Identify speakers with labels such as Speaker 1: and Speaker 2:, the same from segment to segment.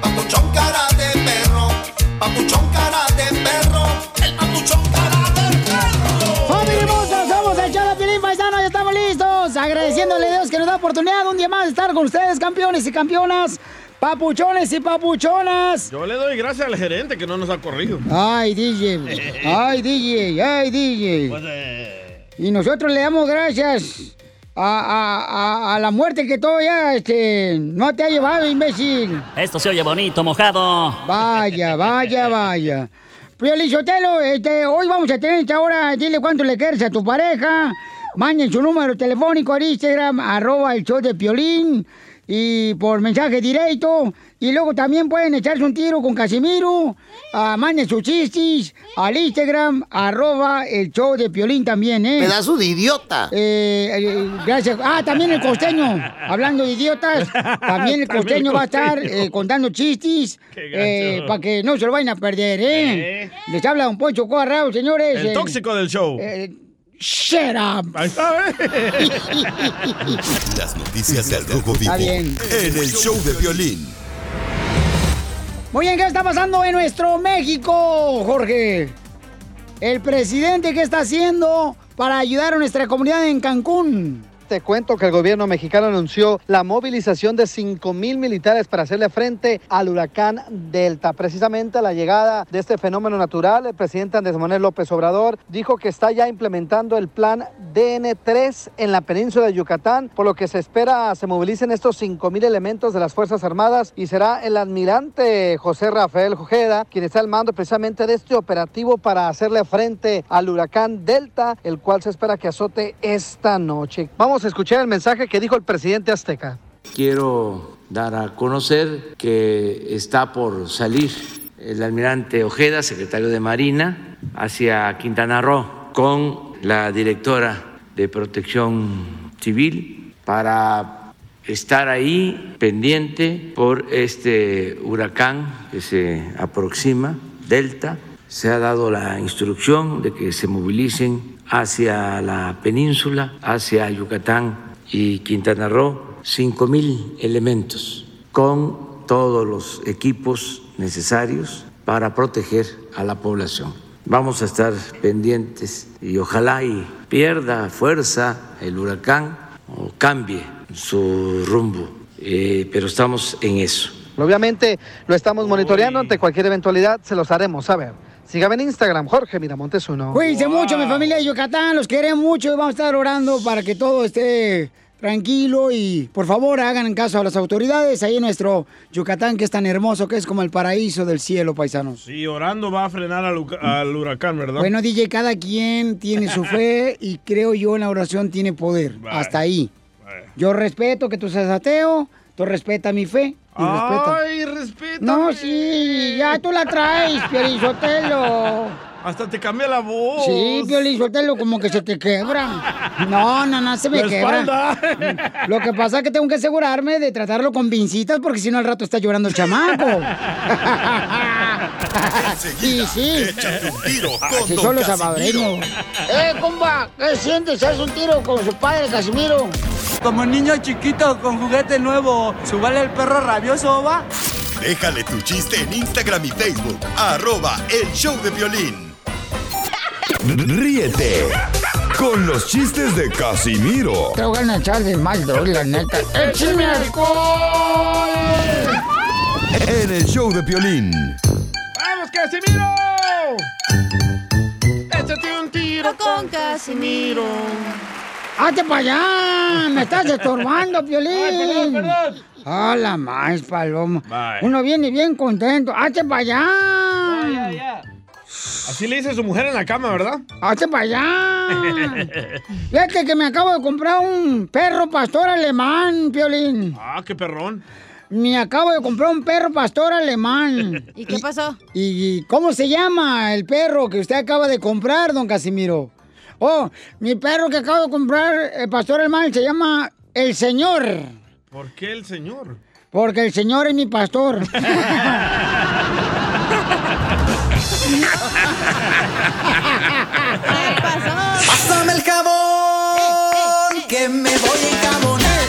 Speaker 1: papuchón cara de perro, papuchón cara de perro, el papuchón cara de perro.
Speaker 2: ¡Familia hermosa! ¡Somos el show de Piolín, paisanos! ¡Ya estamos listos! Agradeciéndole a Dios que nos da oportunidad un día más de estar con ustedes, campeones y campeonas. Papuchones y papuchonas.
Speaker 3: Yo le doy gracias al gerente que no nos ha corrido.
Speaker 2: Ay, DJ. ay, DJ. Ay, DJ. Pues, eh... Y nosotros le damos gracias a, a, a, a la muerte que todavía este, no te ha llevado, imbécil.
Speaker 4: Esto se oye bonito, mojado.
Speaker 2: Vaya, vaya, vaya. Piolizotelo, este, hoy vamos a tener esta hora, dile cuánto le quieres a tu pareja. Manden su número telefónico al Instagram, arroba el show de Piolín. Y por mensaje directo. Y luego también pueden echarse un tiro con Casimiro. Ah, manden sus chistes al Instagram, arroba el show de Piolín también, ¿eh?
Speaker 5: Pedazo de idiota.
Speaker 2: Eh, eh, gracias. Ah, también el costeño. Hablando de idiotas, también el costeño, también el costeño. va a estar eh, contando chistes para que no se lo vayan a perder, ¿eh? Les habla un Poncho Coarrao, señores.
Speaker 3: El tóxico Eh, del show.
Speaker 2: Shut up.
Speaker 3: Ahí está,
Speaker 6: ¿eh? Las noticias del Rojo Vivo. En el show de violín.
Speaker 2: Muy bien, ¿qué está pasando en nuestro México, Jorge? El presidente, ¿qué está haciendo para ayudar a nuestra comunidad en Cancún?
Speaker 7: te cuento que el gobierno mexicano anunció la movilización de 5 mil militares para hacerle frente al huracán Delta. Precisamente a la llegada de este fenómeno natural, el presidente Andrés Manuel López Obrador dijo que está ya implementando el plan DN3 en la península de Yucatán, por lo que se espera se movilicen estos 5 mil elementos de las Fuerzas Armadas y será el almirante José Rafael Ojeda quien está al mando precisamente de este operativo para hacerle frente al huracán Delta, el cual se espera que azote esta noche. Vamos escuchar el mensaje que dijo el presidente azteca.
Speaker 8: Quiero dar a conocer que está por salir el almirante Ojeda, secretario de Marina, hacia Quintana Roo con la directora de Protección Civil para estar ahí pendiente por este huracán que se aproxima, Delta. Se ha dado la instrucción de que se movilicen hacia la península, hacia Yucatán y Quintana Roo, 5.000 elementos con todos los equipos necesarios para proteger a la población. Vamos a estar pendientes y ojalá y pierda fuerza el huracán o cambie su rumbo, eh, pero estamos en eso.
Speaker 7: Obviamente lo estamos monitoreando, ante cualquier eventualidad se los haremos saber. Sígame en Instagram, Jorge Miramontes uno.
Speaker 2: Cuídense wow. mucho, mi
Speaker 3: Ah.
Speaker 2: familia de Yucatán, los queremos mucho y vamos a estar orando para que todo esté tranquilo y por favor hagan caso a las autoridades ahí en nuestro Yucatán que es tan hermoso, que es como el paraíso del cielo, paisanos.
Speaker 3: Sí, orando va a frenar al, al huracán, ¿verdad?
Speaker 2: Bueno, DJ, cada quien tiene su fe y creo yo en la oración tiene poder, Bye. hasta ahí. Bye. Yo respeto que tú seas ateo, tú respeta mi fe,
Speaker 3: Respeta. Ay, respeta.
Speaker 2: No, sí, ya tú la traes, Piolizotelo.
Speaker 3: Hasta te cambia la voz.
Speaker 2: Sí, Piolizotelo, como que se te quebra. No, no, no, se me
Speaker 3: la
Speaker 2: quebra. Espalda. Lo que pasa es que tengo que asegurarme de tratarlo con pincitas porque si no al rato está llorando el chamaco.
Speaker 6: Enseguida, sí, sí. Échate un tiro
Speaker 3: Ah,
Speaker 6: con
Speaker 2: si son los salvadoreños. Eh, compa, ¿qué sientes? ¿Haz un tiro con su padre, Casimiro?
Speaker 9: Como niño chiquito con juguete nuevo, ¿subale el perro rabioso, va?
Speaker 6: Déjale tu chiste en Instagram y Facebook. Arroba El Show de Violín. Ríete. Con los chistes de Casimiro.
Speaker 2: Te voy a echar de mal, la neta. Eh, ¡Échame alcohol!
Speaker 6: En El Show de Violín.
Speaker 3: ¡Vamos, Casimiro! Échate un tiro con Casimiro.
Speaker 2: ¡Hazte para allá! ¡Me estás estorbando, Piolín!
Speaker 3: Ah,
Speaker 2: Ay, perdón, perdón. ¡A la más, Palomo! Bye. Uno viene bien contento. ¡Hazte para allá! Ay, ay, ay.
Speaker 3: Así le dice a su mujer en la cama, ¿verdad?
Speaker 2: ¡Hazte para allá! Fíjate que me acabo de comprar un perro pastor alemán, Piolín.
Speaker 3: ¡Ah, qué perrón!
Speaker 2: Me acabo de comprar un perro pastor alemán.
Speaker 5: ¿Y qué pasó?
Speaker 2: ¿Y, y cómo se llama el perro que usted acaba de comprar, don Casimiro? Oh, mi perro que acabo de comprar, el pastor alemán, se llama El Señor.
Speaker 3: ¿Por qué el señor?
Speaker 2: Porque el Señor es mi pastor.
Speaker 1: Pásame el
Speaker 5: ¡Eh,
Speaker 1: jabón, que me voy a encabonar.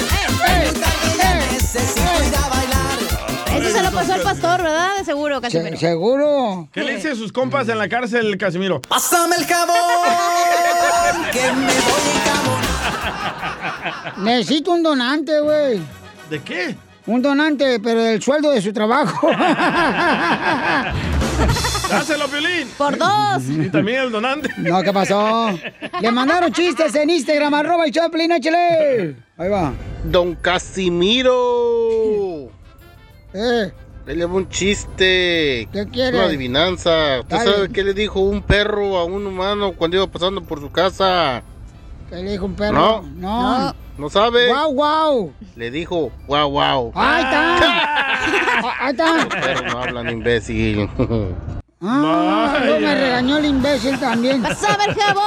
Speaker 5: ¡Eh,
Speaker 1: Nunca que ya necesito ir a bailar.
Speaker 5: Eso se lo pasó al pastor, ¿verdad? De seguro, Casimiro.
Speaker 2: ¿Seguro?
Speaker 3: ¿Qué le dice a sus compas en la cárcel, Casimiro?
Speaker 1: Pásame el jabón, que me voy a encabonar.
Speaker 2: Necesito un donante, güey.
Speaker 3: ¿De qué?
Speaker 2: Un donante, pero del sueldo de su trabajo.
Speaker 3: ¡Dáselo, Piolín!
Speaker 5: ¡Por dos!
Speaker 3: Y también el donante.
Speaker 2: No, ¿qué pasó? Le mandaron chistes en Instagram, arroba el Choplin, échale. Ahí va.
Speaker 10: Don Casimiro.
Speaker 2: Eh.
Speaker 10: Le llevo un chiste.
Speaker 2: ¿Qué quiere?
Speaker 10: Una adivinanza. ¿Usted
Speaker 2: Dale.
Speaker 10: sabe qué le dijo un perro a un humano cuando iba pasando por su casa?
Speaker 2: ¿Qué le dijo un perro?
Speaker 10: No.
Speaker 2: No.
Speaker 10: ¿No sabe?
Speaker 2: Guau, guau.
Speaker 10: Le dijo, guau, guau.
Speaker 2: Ahí está. Ah, Ahí está.
Speaker 10: Pero no hablan, imbécil.
Speaker 2: Ah, luego me regañó el imbécil también.
Speaker 5: ¡Pásame el jabón!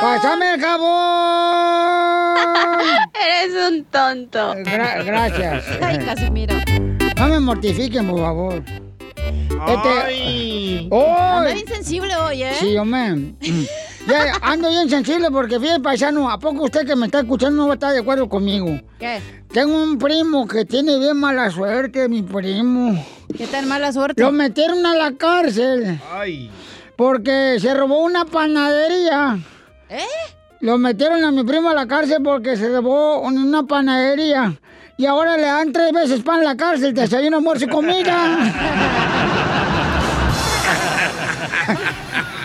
Speaker 2: ¡Pásame el jabón!
Speaker 5: Eres un tonto.
Speaker 2: Gra- gracias.
Speaker 5: Ay, Casimiro.
Speaker 2: No me mortifiquen, por favor. Este,
Speaker 3: ¡Ay!
Speaker 5: Anda
Speaker 2: ¡Ay!
Speaker 5: bien sensible hoy, ¿eh?
Speaker 2: Sí, hombre. Mm. Ya ando bien sensible porque fíjate, paisano, ¿a poco usted que me está escuchando no va a estar de acuerdo conmigo?
Speaker 5: ¿Qué?
Speaker 2: Tengo un primo que tiene bien mala suerte, mi primo.
Speaker 5: ¿Qué tan mala suerte?
Speaker 2: Lo metieron a la cárcel
Speaker 3: ¡Ay!
Speaker 2: porque se robó una panadería.
Speaker 5: ¿Eh?
Speaker 2: Lo metieron a mi primo a la cárcel porque se robó un- una panadería. Y ahora le dan tres veces pan a la cárcel, desayuno, almuerzo y comida.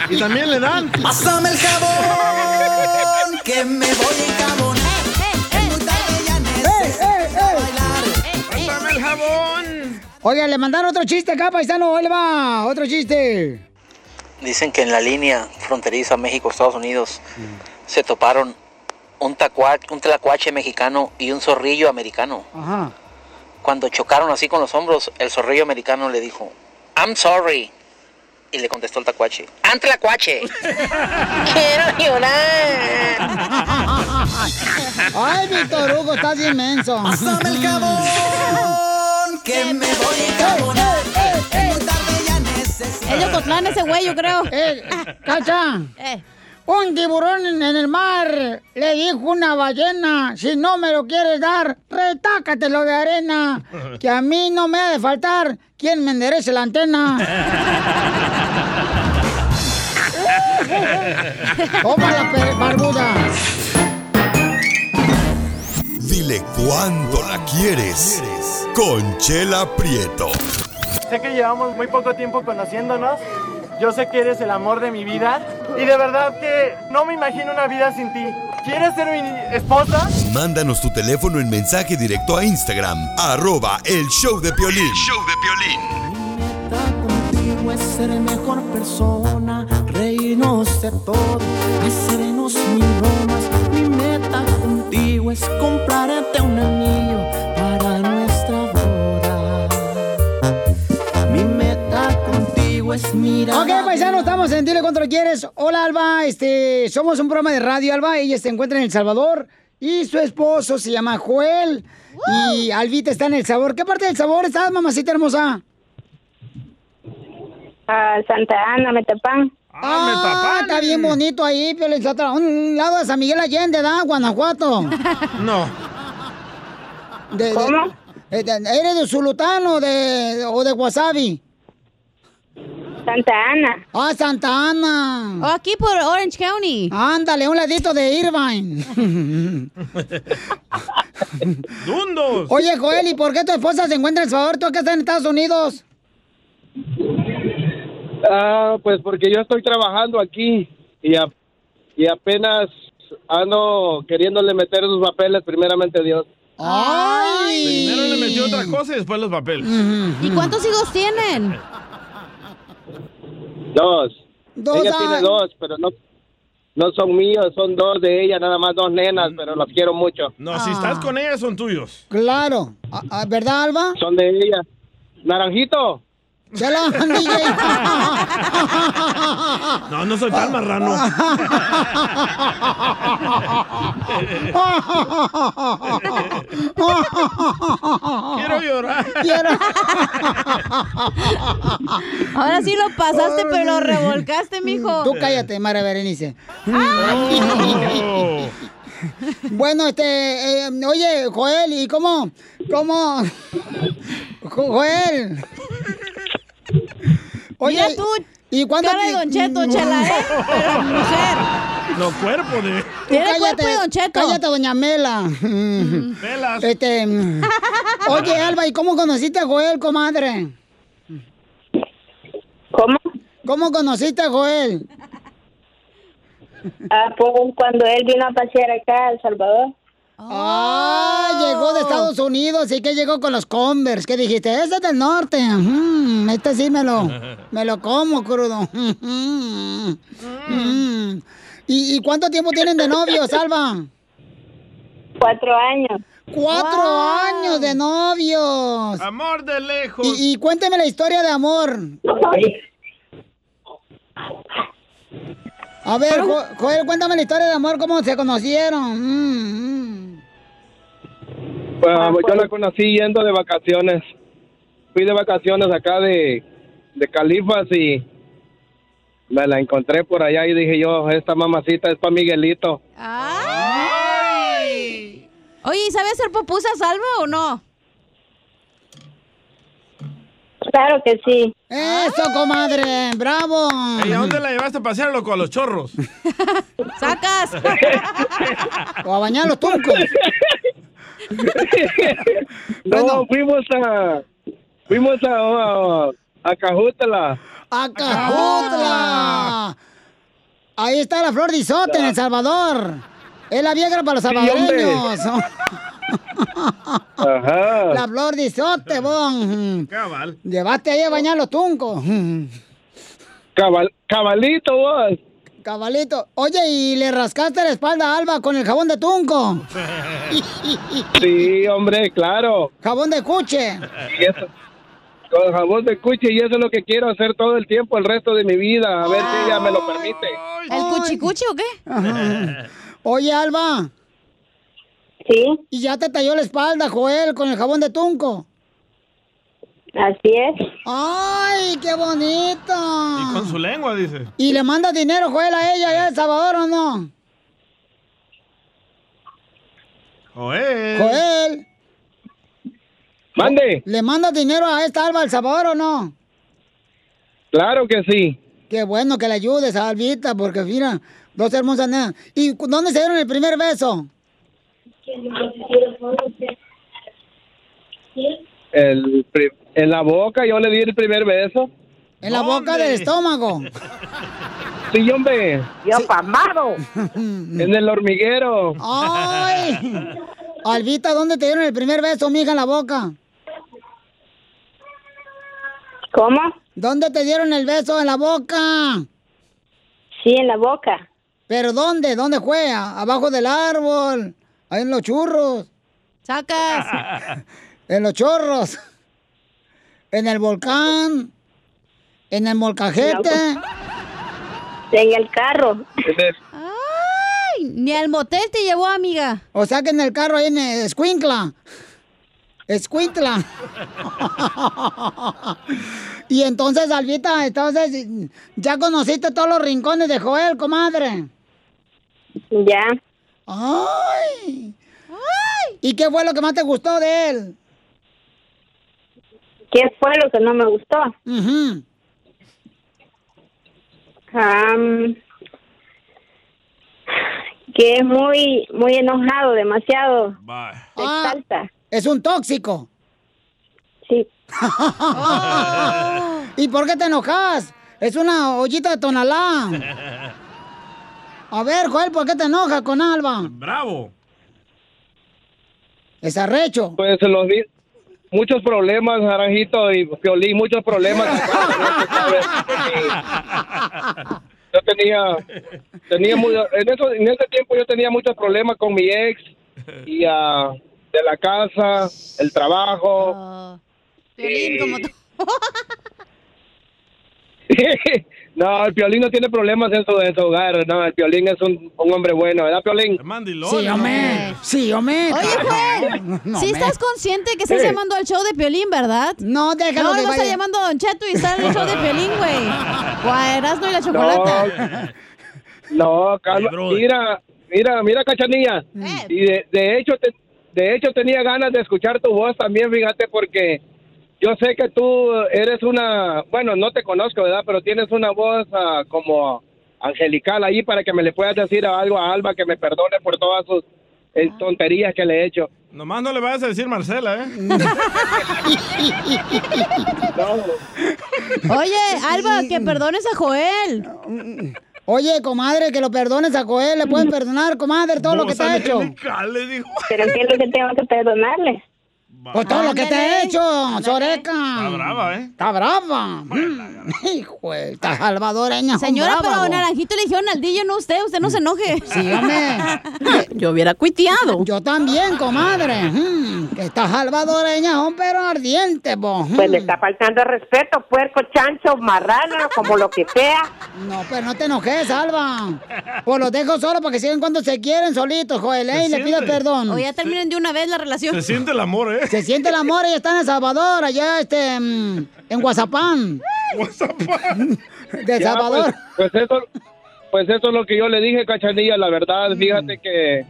Speaker 3: Y también le dan.
Speaker 1: Pásame el jabón, que me voy a encabonar. Es muy tarde, ya necesito bailar.
Speaker 3: ¡Pásame el jabón!
Speaker 2: Oiga, le mandaron otro chiste acá, paisano. Ahí le va, otro chiste.
Speaker 11: Dicen que en la línea fronteriza México-Estados Unidos se toparon un, tacua- un tlacuache mexicano y un zorrillo americano.
Speaker 2: Ajá.
Speaker 11: Cuando chocaron así con los hombros, el zorrillo americano le dijo, I'm sorry. Y le contestó el tacuache, I'm tlacuache. Quiero llorar.
Speaker 2: Ay, Víctor Hugo, estás inmenso.
Speaker 1: Pásame el jabón, que me voy a encabonar. Es muy tarde, ya necesito
Speaker 5: Es de Ocotlán ese güey, yo creo.
Speaker 2: Eh, cacha,
Speaker 5: Eh.
Speaker 2: un tiburón en en el mar le dijo una ballena, si no me lo quieres dar, retácatelo de arena, que a mí no me ha de faltar quien me enderece la antena. Tómala, pe- barbuda.
Speaker 6: Dile cuándo la quieres. Conchela Prieto.
Speaker 12: Sé que llevamos muy poco tiempo conociéndonos. Yo sé que eres el amor de mi vida. Y de verdad que no me imagino una vida sin ti. ¿Quieres ser mi esposa?
Speaker 6: Mándanos tu teléfono en mensaje directo a Instagram. Arroba el show de Piolín.
Speaker 1: contigo es ser mejor persona, reírnos de todo, hacernos mil bromas. Mi meta contigo es comprarte un anillo para nuestra boda. Mi meta contigo es mirar.
Speaker 2: Ok, paisano, estamos en Dile Cuánto Lo Quieres. Hola, Alba. Este, somos un programa de radio, Alba. Ella se encuentra en El Salvador y su esposo se llama Joel. Y Albita está en El Salvador. ¿Qué parte del Salvador estás, mamacita hermosa?
Speaker 13: a Ah, Santa Ana, Metapán.
Speaker 2: Ah, está bien bonito ahí, Piolín Sotelo. Un lado de San Miguel Allende, ¿da? Guanajuato.
Speaker 3: No.
Speaker 2: De- de-
Speaker 13: ¿Cómo?
Speaker 2: eh, de- ¿Eres de Zulután o de, o de Wasabi?
Speaker 13: Santa Ana.
Speaker 2: Ah, Santa Ana.
Speaker 5: O Oh, aquí por Orange County.
Speaker 2: Ándale, un ladito de Irvine.
Speaker 3: ¡Dundos!
Speaker 2: Oye, Joel, ¿y por qué tu esposa se encuentra en El Salvador? Tú acá estás en Estados Unidos.
Speaker 14: Ah, pues porque yo estoy trabajando aquí y, a- y apenas ando queriéndole meter esos papeles, primeramente Dios.
Speaker 2: ¡Ay!
Speaker 3: Ah, Primero le metió otra cosa y después los papeles.
Speaker 5: ¿Y cuántos hijos tienen?
Speaker 14: Dos.
Speaker 2: Dos
Speaker 14: Ella tiene
Speaker 2: años.
Speaker 14: dos, pero no, no son míos, son dos de ella, nada más dos nenas, pero las quiero mucho.
Speaker 3: Mm. No, si estás con ella son tuyos.
Speaker 2: Ah. Claro. A- a- ¿Verdad, Alba?
Speaker 14: Son de ella. Naranjito.
Speaker 2: Chela, DJ.
Speaker 3: No, no soy tan marrano.
Speaker 1: Quiero
Speaker 3: llorar.
Speaker 5: Ahora sí lo pasaste, pero lo revolcaste, mijo.
Speaker 2: Tú cállate, Mara Berenice.
Speaker 5: Ah.
Speaker 2: bueno, este, eh, oye, Joel, ¿y cómo? ¿Cómo? Jo- Joel. Oye,
Speaker 5: Mira tú,
Speaker 2: ¿y cuándo Mm.
Speaker 5: cara de Don Cheto, chela, ¿eh? Pero mujer.
Speaker 3: Los cuerpos de.
Speaker 2: Tú Cállate, doña Mela.
Speaker 3: Velas.
Speaker 2: Este, mm. oye, Alba, ¿y cómo conociste a Joel, comadre?
Speaker 13: ¿Cómo?
Speaker 2: ¿Cómo conociste a Joel?
Speaker 13: Ah, pues cuando él vino a pasear acá a El Salvador.
Speaker 2: Ah, llegó de Estados Unidos y que llegó con los Converse. ¿Qué dijiste? Ese es del norte. Mm, este sí me lo, me lo como crudo. Mm, mm. ¿Y, y cuánto tiempo tienen de novios, Alba?
Speaker 13: Cuatro años.
Speaker 2: Cuatro años de novios.
Speaker 3: Amor de lejos.
Speaker 2: Y, y cuénteme la historia de amor. A ver, Jo- Joel, cuéntame la historia de amor, cómo se conocieron. Mm, mm.
Speaker 14: Bueno, Ah,
Speaker 2: Ah,
Speaker 14: yo
Speaker 2: pues.
Speaker 14: la conocí yendo de vacaciones. Fui de vacaciones acá de, de Califas y me la encontré por allá y dije yo, esta mamacita es para Miguelito.
Speaker 5: Ay. Oye, ¿y sabe hacer pupusas, Alba, o no?
Speaker 13: Claro que sí.
Speaker 2: ¡Eso, comadre! ¡Bravo!
Speaker 3: ¿Y a dónde la llevaste a pasear, loco? A los chorros.
Speaker 5: ¡Sacas!
Speaker 2: O a bañar los turcos.
Speaker 14: No, fuimos a fuimos a, a, a Cajutla.
Speaker 2: ¡Acajutla! Ahí está la flor de isote en El Salvador. Es la vieja para los
Speaker 1: Sí, hombre.
Speaker 2: salvadoreños.
Speaker 14: Ajá.
Speaker 2: La flor de isote, bon.
Speaker 3: Ah. Cabal.
Speaker 2: Llevaste ahí a bañar los tuncos.
Speaker 14: Cabal- cabalito vos.
Speaker 2: Cabalito. Oye, ¿y le rascaste la espalda a Alba con el jabón de tunco?
Speaker 14: Sí, hombre, claro.
Speaker 2: Jabón de cuche.
Speaker 14: Y eso- con jabón de cuche y eso es lo que quiero hacer todo el tiempo, el resto de mi vida, a ver si ella me lo permite.
Speaker 5: ¿El cuchicuchi o qué?
Speaker 2: Oye, Alba.
Speaker 13: Sí.
Speaker 2: ¿Y ya te talló la espalda, Joel, con el jabón de tunco?
Speaker 13: Así es.
Speaker 2: ¡Ay, qué
Speaker 3: Y con
Speaker 2: bonito!
Speaker 3: su lengua, dice.
Speaker 2: ¿Y le mandas dinero, Joel, a ella allá en El Salvador o no?
Speaker 3: Joel.
Speaker 2: Joel.
Speaker 14: Mande.
Speaker 2: ¿Le mandas dinero a esta Alba El Salvador o no?
Speaker 14: Claro que sí.
Speaker 2: Qué bueno que le ayudes a Albita, porque mira, dos hermosas nenas. ¿Y cu- dónde se dieron el primer beso?
Speaker 14: El, pri- en la boca yo le di el primer beso.
Speaker 2: En la boca del estómago.
Speaker 14: Sí, hombre.
Speaker 2: Yo
Speaker 14: pamado. En el hormiguero.
Speaker 2: Mm. ¡Ay! Albita, ¿dónde te dieron el primer beso, mija, en la boca?
Speaker 13: ¿Cómo?
Speaker 2: ¿Dónde te dieron el beso? ¿En la boca?
Speaker 13: Sí, en la boca.
Speaker 2: ¿Pero dónde? ¿Dónde fue? ¿A- ¿Abajo del árbol? ¿Ahí en los churros?
Speaker 5: ¡Sacas!
Speaker 2: ¿En los chorros? ¿En el volcán? ¿En el molcajete?
Speaker 13: En el carro.
Speaker 5: Ay, ni al motel te llevó, amiga.
Speaker 2: O sea que en el carro ahí en eh, Escuincla. Escuincla. y entonces, Albita, entonces, ¿ya conociste todos los rincones de Joel, comadre?
Speaker 13: Ya.
Speaker 2: ¡Ay! ¿Y qué fue lo que más te gustó de él?
Speaker 13: ¿Qué fue lo que no me gustó? Am, que es muy, muy enojado, demasiado. Se exalta.
Speaker 2: Ah, Es un tóxico.
Speaker 13: Sí.
Speaker 2: ¿Y por qué te enojas? Es una ollita de tonalá. A ver, Joel, ¿por qué te enojas con Alba?
Speaker 3: Bravo.
Speaker 2: Es arrecho.
Speaker 14: Pues se los di. Muchos problemas, Naranjito y Piolín, muchos problemas. Yo tenía, tenía muy- en, eso- en ese tiempo yo tenía muchos problemas con mi ex y ah, de la casa, el trabajo.
Speaker 5: Ah. Piolín, como tú.
Speaker 14: no, el Piolín no tiene problemas en su, en su hogar. No, el Piolín es un, un hombre bueno, ¿verdad, Piolín?
Speaker 2: Sí, hombre. Sí, hombre.
Speaker 5: Oye, Joel,
Speaker 2: No,
Speaker 5: sí
Speaker 2: me-
Speaker 5: estás consciente que estás
Speaker 2: Sí.
Speaker 5: llamando al show de Piolín, ¿verdad?
Speaker 2: No, déjalo
Speaker 5: No,
Speaker 2: que
Speaker 5: no está
Speaker 2: vaya.
Speaker 5: llamando a Don Cheto y está en el show de Piolín, güey. O a Erasmo y la Chocolata.
Speaker 14: No, calma. mira, mira, mira, cachanilla. Y de, de hecho, te- de hecho tenía ganas de escuchar tu voz también, fíjate, porque yo sé que tú eres una, bueno, no te conozco, ¿verdad? Pero tienes una voz ah, como angelical ahí para que me le puedas decir algo a Alba que me perdone por todas sus eh, tonterías que le he hecho.
Speaker 3: Nomás no le vayas a decir Marcela, ¿eh?
Speaker 5: Oye, Alba, que perdones a Joel.
Speaker 2: Oye, comadre, que lo perdones a Joel. Le puedes perdonar, comadre, todo lo que te ha hecho.
Speaker 13: ¿Pero qué es lo que tengo que perdonarle?
Speaker 2: Pues todo lo que te ha hecho, Soreca.
Speaker 13: Está brava,
Speaker 2: ¿eh? Está brava. Mm, Hijo, de- está salvadoreña.
Speaker 5: Señora, pero Naranjito le dijeron al DJ, no usted, usted no se enoje.
Speaker 2: Sí, hombre.
Speaker 5: Yo hubiera cuiteado.
Speaker 2: Yo también, comadre. Mm, que está salvadoreña, hombre, pero ardiente, vos.
Speaker 15: Pues le está faltando el respeto, puerco, chancho, marrano, como lo que sea.
Speaker 2: No, pero no te enojes, Alba. Pues los dejo solo para que sigan cuando se quieren solitos, Joel, ¿eh? y le pido perdón.
Speaker 5: O ya terminen de una vez la relación.
Speaker 2: Se siente el amor, ¿eh? Se siente el amor y está en El Salvador, allá este, mm, en Guazapán. ¿Guazapán? De El
Speaker 14: Ya,
Speaker 2: Salvador.
Speaker 14: Pues, pues eso, pues eso es lo que yo le dije, Cachanilla, la verdad, fíjate que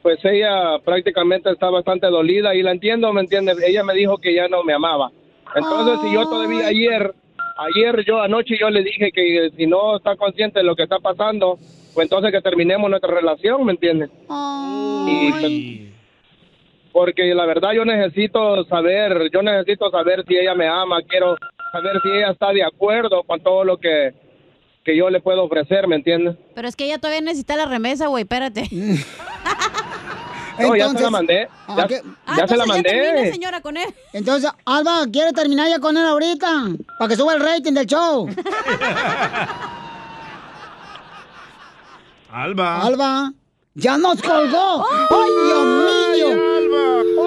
Speaker 14: pues ella prácticamente está bastante dolida y la entiendo, ¿me entiendes? Ella me dijo que ya no me amaba. Entonces, si yo todavía ayer, ayer yo anoche yo le dije que si no está consciente de lo que está pasando, pues entonces que terminemos nuestra relación, ¿me entiendes? Y, pues, porque la verdad yo necesito saber, yo necesito saber si ella me ama, quiero saber si ella está de acuerdo con todo lo que, que yo le puedo ofrecer, ¿me entiendes?
Speaker 5: Pero es que ella todavía necesita la remesa, güey, espérate.
Speaker 14: No, ya se la mandé,
Speaker 5: ah,
Speaker 14: ya,
Speaker 2: aunque-
Speaker 14: ya se la mandé.
Speaker 5: señora, con él.
Speaker 2: Entonces, Alba, ¿quiere terminar ya con él ahorita? Para que suba el rating del show.
Speaker 3: Alba.
Speaker 2: Alba, ya nos colgó. ¡Ay, Dios mío!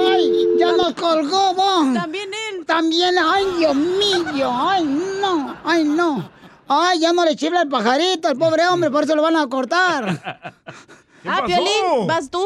Speaker 2: ¡Ay, ya nos colgó, vos! También él. También, ay, Dios mío. ¡Ay, no! ¡Ay, no! ¡Ay, ya no le chifla el pajarito al pobre hombre! Por eso lo van a cortar.
Speaker 5: Ah, Piolín, vas tú.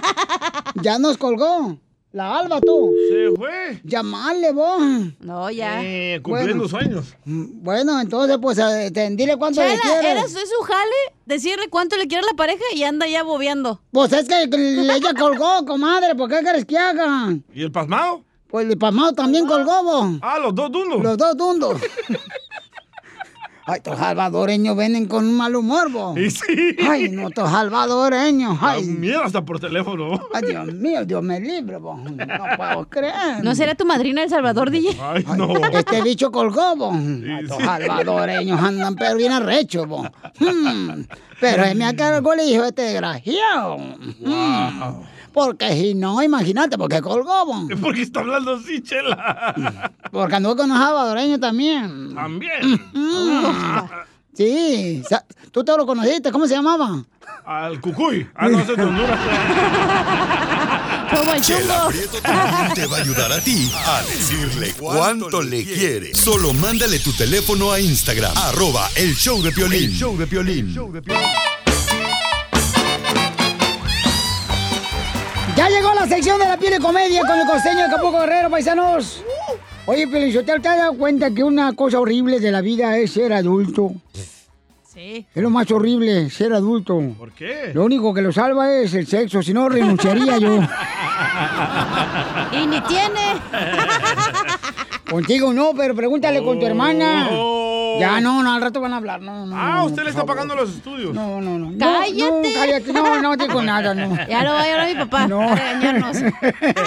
Speaker 2: Ya nos colgó. La Alba, tú. Se fue. Llamale, vos.
Speaker 5: No, ya.
Speaker 3: Eh, cumpliendo sueños.
Speaker 2: Bueno, entonces, pues, eh, te- dile cuánto le
Speaker 5: Chela,
Speaker 2: quieres.
Speaker 5: ¿eres es su jale? Decirle cuánto le quiere a la pareja y anda ya bobeando.
Speaker 2: Pues es que le- ella colgó, comadre, ¿por qué quieres que haga?
Speaker 3: ¿Y el pasmado?
Speaker 2: Pues el pasmado también colgó, vos.
Speaker 3: Ah, los dos dundos.
Speaker 2: Los dos dundos. Ay, estos salvadoreños vienen con un mal humor, vos.
Speaker 3: Y sí.
Speaker 2: Ay, no, estos salvadoreños, ay.
Speaker 3: Miedo hasta por teléfono.
Speaker 2: Ay, Dios mío, Dios me libre, vos. No puedo
Speaker 14: Ah.
Speaker 2: creer.
Speaker 5: ¿No será tu madrina El Salvador, DJ?
Speaker 3: Ay,
Speaker 2: no. Este bicho colgó, vos. Ay, Estos salvadoreños andan, pero bien arrechos, vos. Mm, Pero él me aclaró el hijo este desgraciado. Mm, Porque si no, imagínate, porque colgó, vos.
Speaker 3: ¿Por qué está hablando así, Chela?
Speaker 2: Porque anduvo con un salvadoreño también.
Speaker 3: También.
Speaker 2: Mm. Sí, sa- tú te lo conociste, ¿cómo se llamaba?
Speaker 3: Al cucuy. Ah, no, ese es de Honduras.
Speaker 5: Como el
Speaker 6: Chela
Speaker 5: chungo.
Speaker 6: Prieto también te va a ayudar a ti a decirle cuánto le quiere. Solo mándale tu teléfono a Instagram, arroba el show de Piolín.
Speaker 16: El
Speaker 6: show de Piolín.
Speaker 2: Ya llegó la sección de la piel de comedia con el costeño de Capuco Guerrero, paisanos. Oye, Pelichotel, ¿te has dado cuenta que una cosa horrible de la vida es ser adulto?
Speaker 5: Sí.
Speaker 2: Es lo más horrible, ser adulto. ¿Por
Speaker 3: qué?
Speaker 2: Lo único que lo salva es el sexo, si no renunciaría yo.
Speaker 5: Y ni tiene.
Speaker 2: Contigo no, pero pregúntale con tu hermana. Ya no, no, al rato van a hablar, no, no.
Speaker 3: Oh, Ah,
Speaker 2: no,
Speaker 3: usted
Speaker 2: por
Speaker 3: le está
Speaker 2: favor.
Speaker 3: pagando los estudios.
Speaker 2: No, no, no.
Speaker 5: ¡Cállate!
Speaker 2: No, no, cállate. No, no digo nada, no.
Speaker 5: Ya lo va a llorar mi papá.
Speaker 2: No.
Speaker 5: Regañarnos.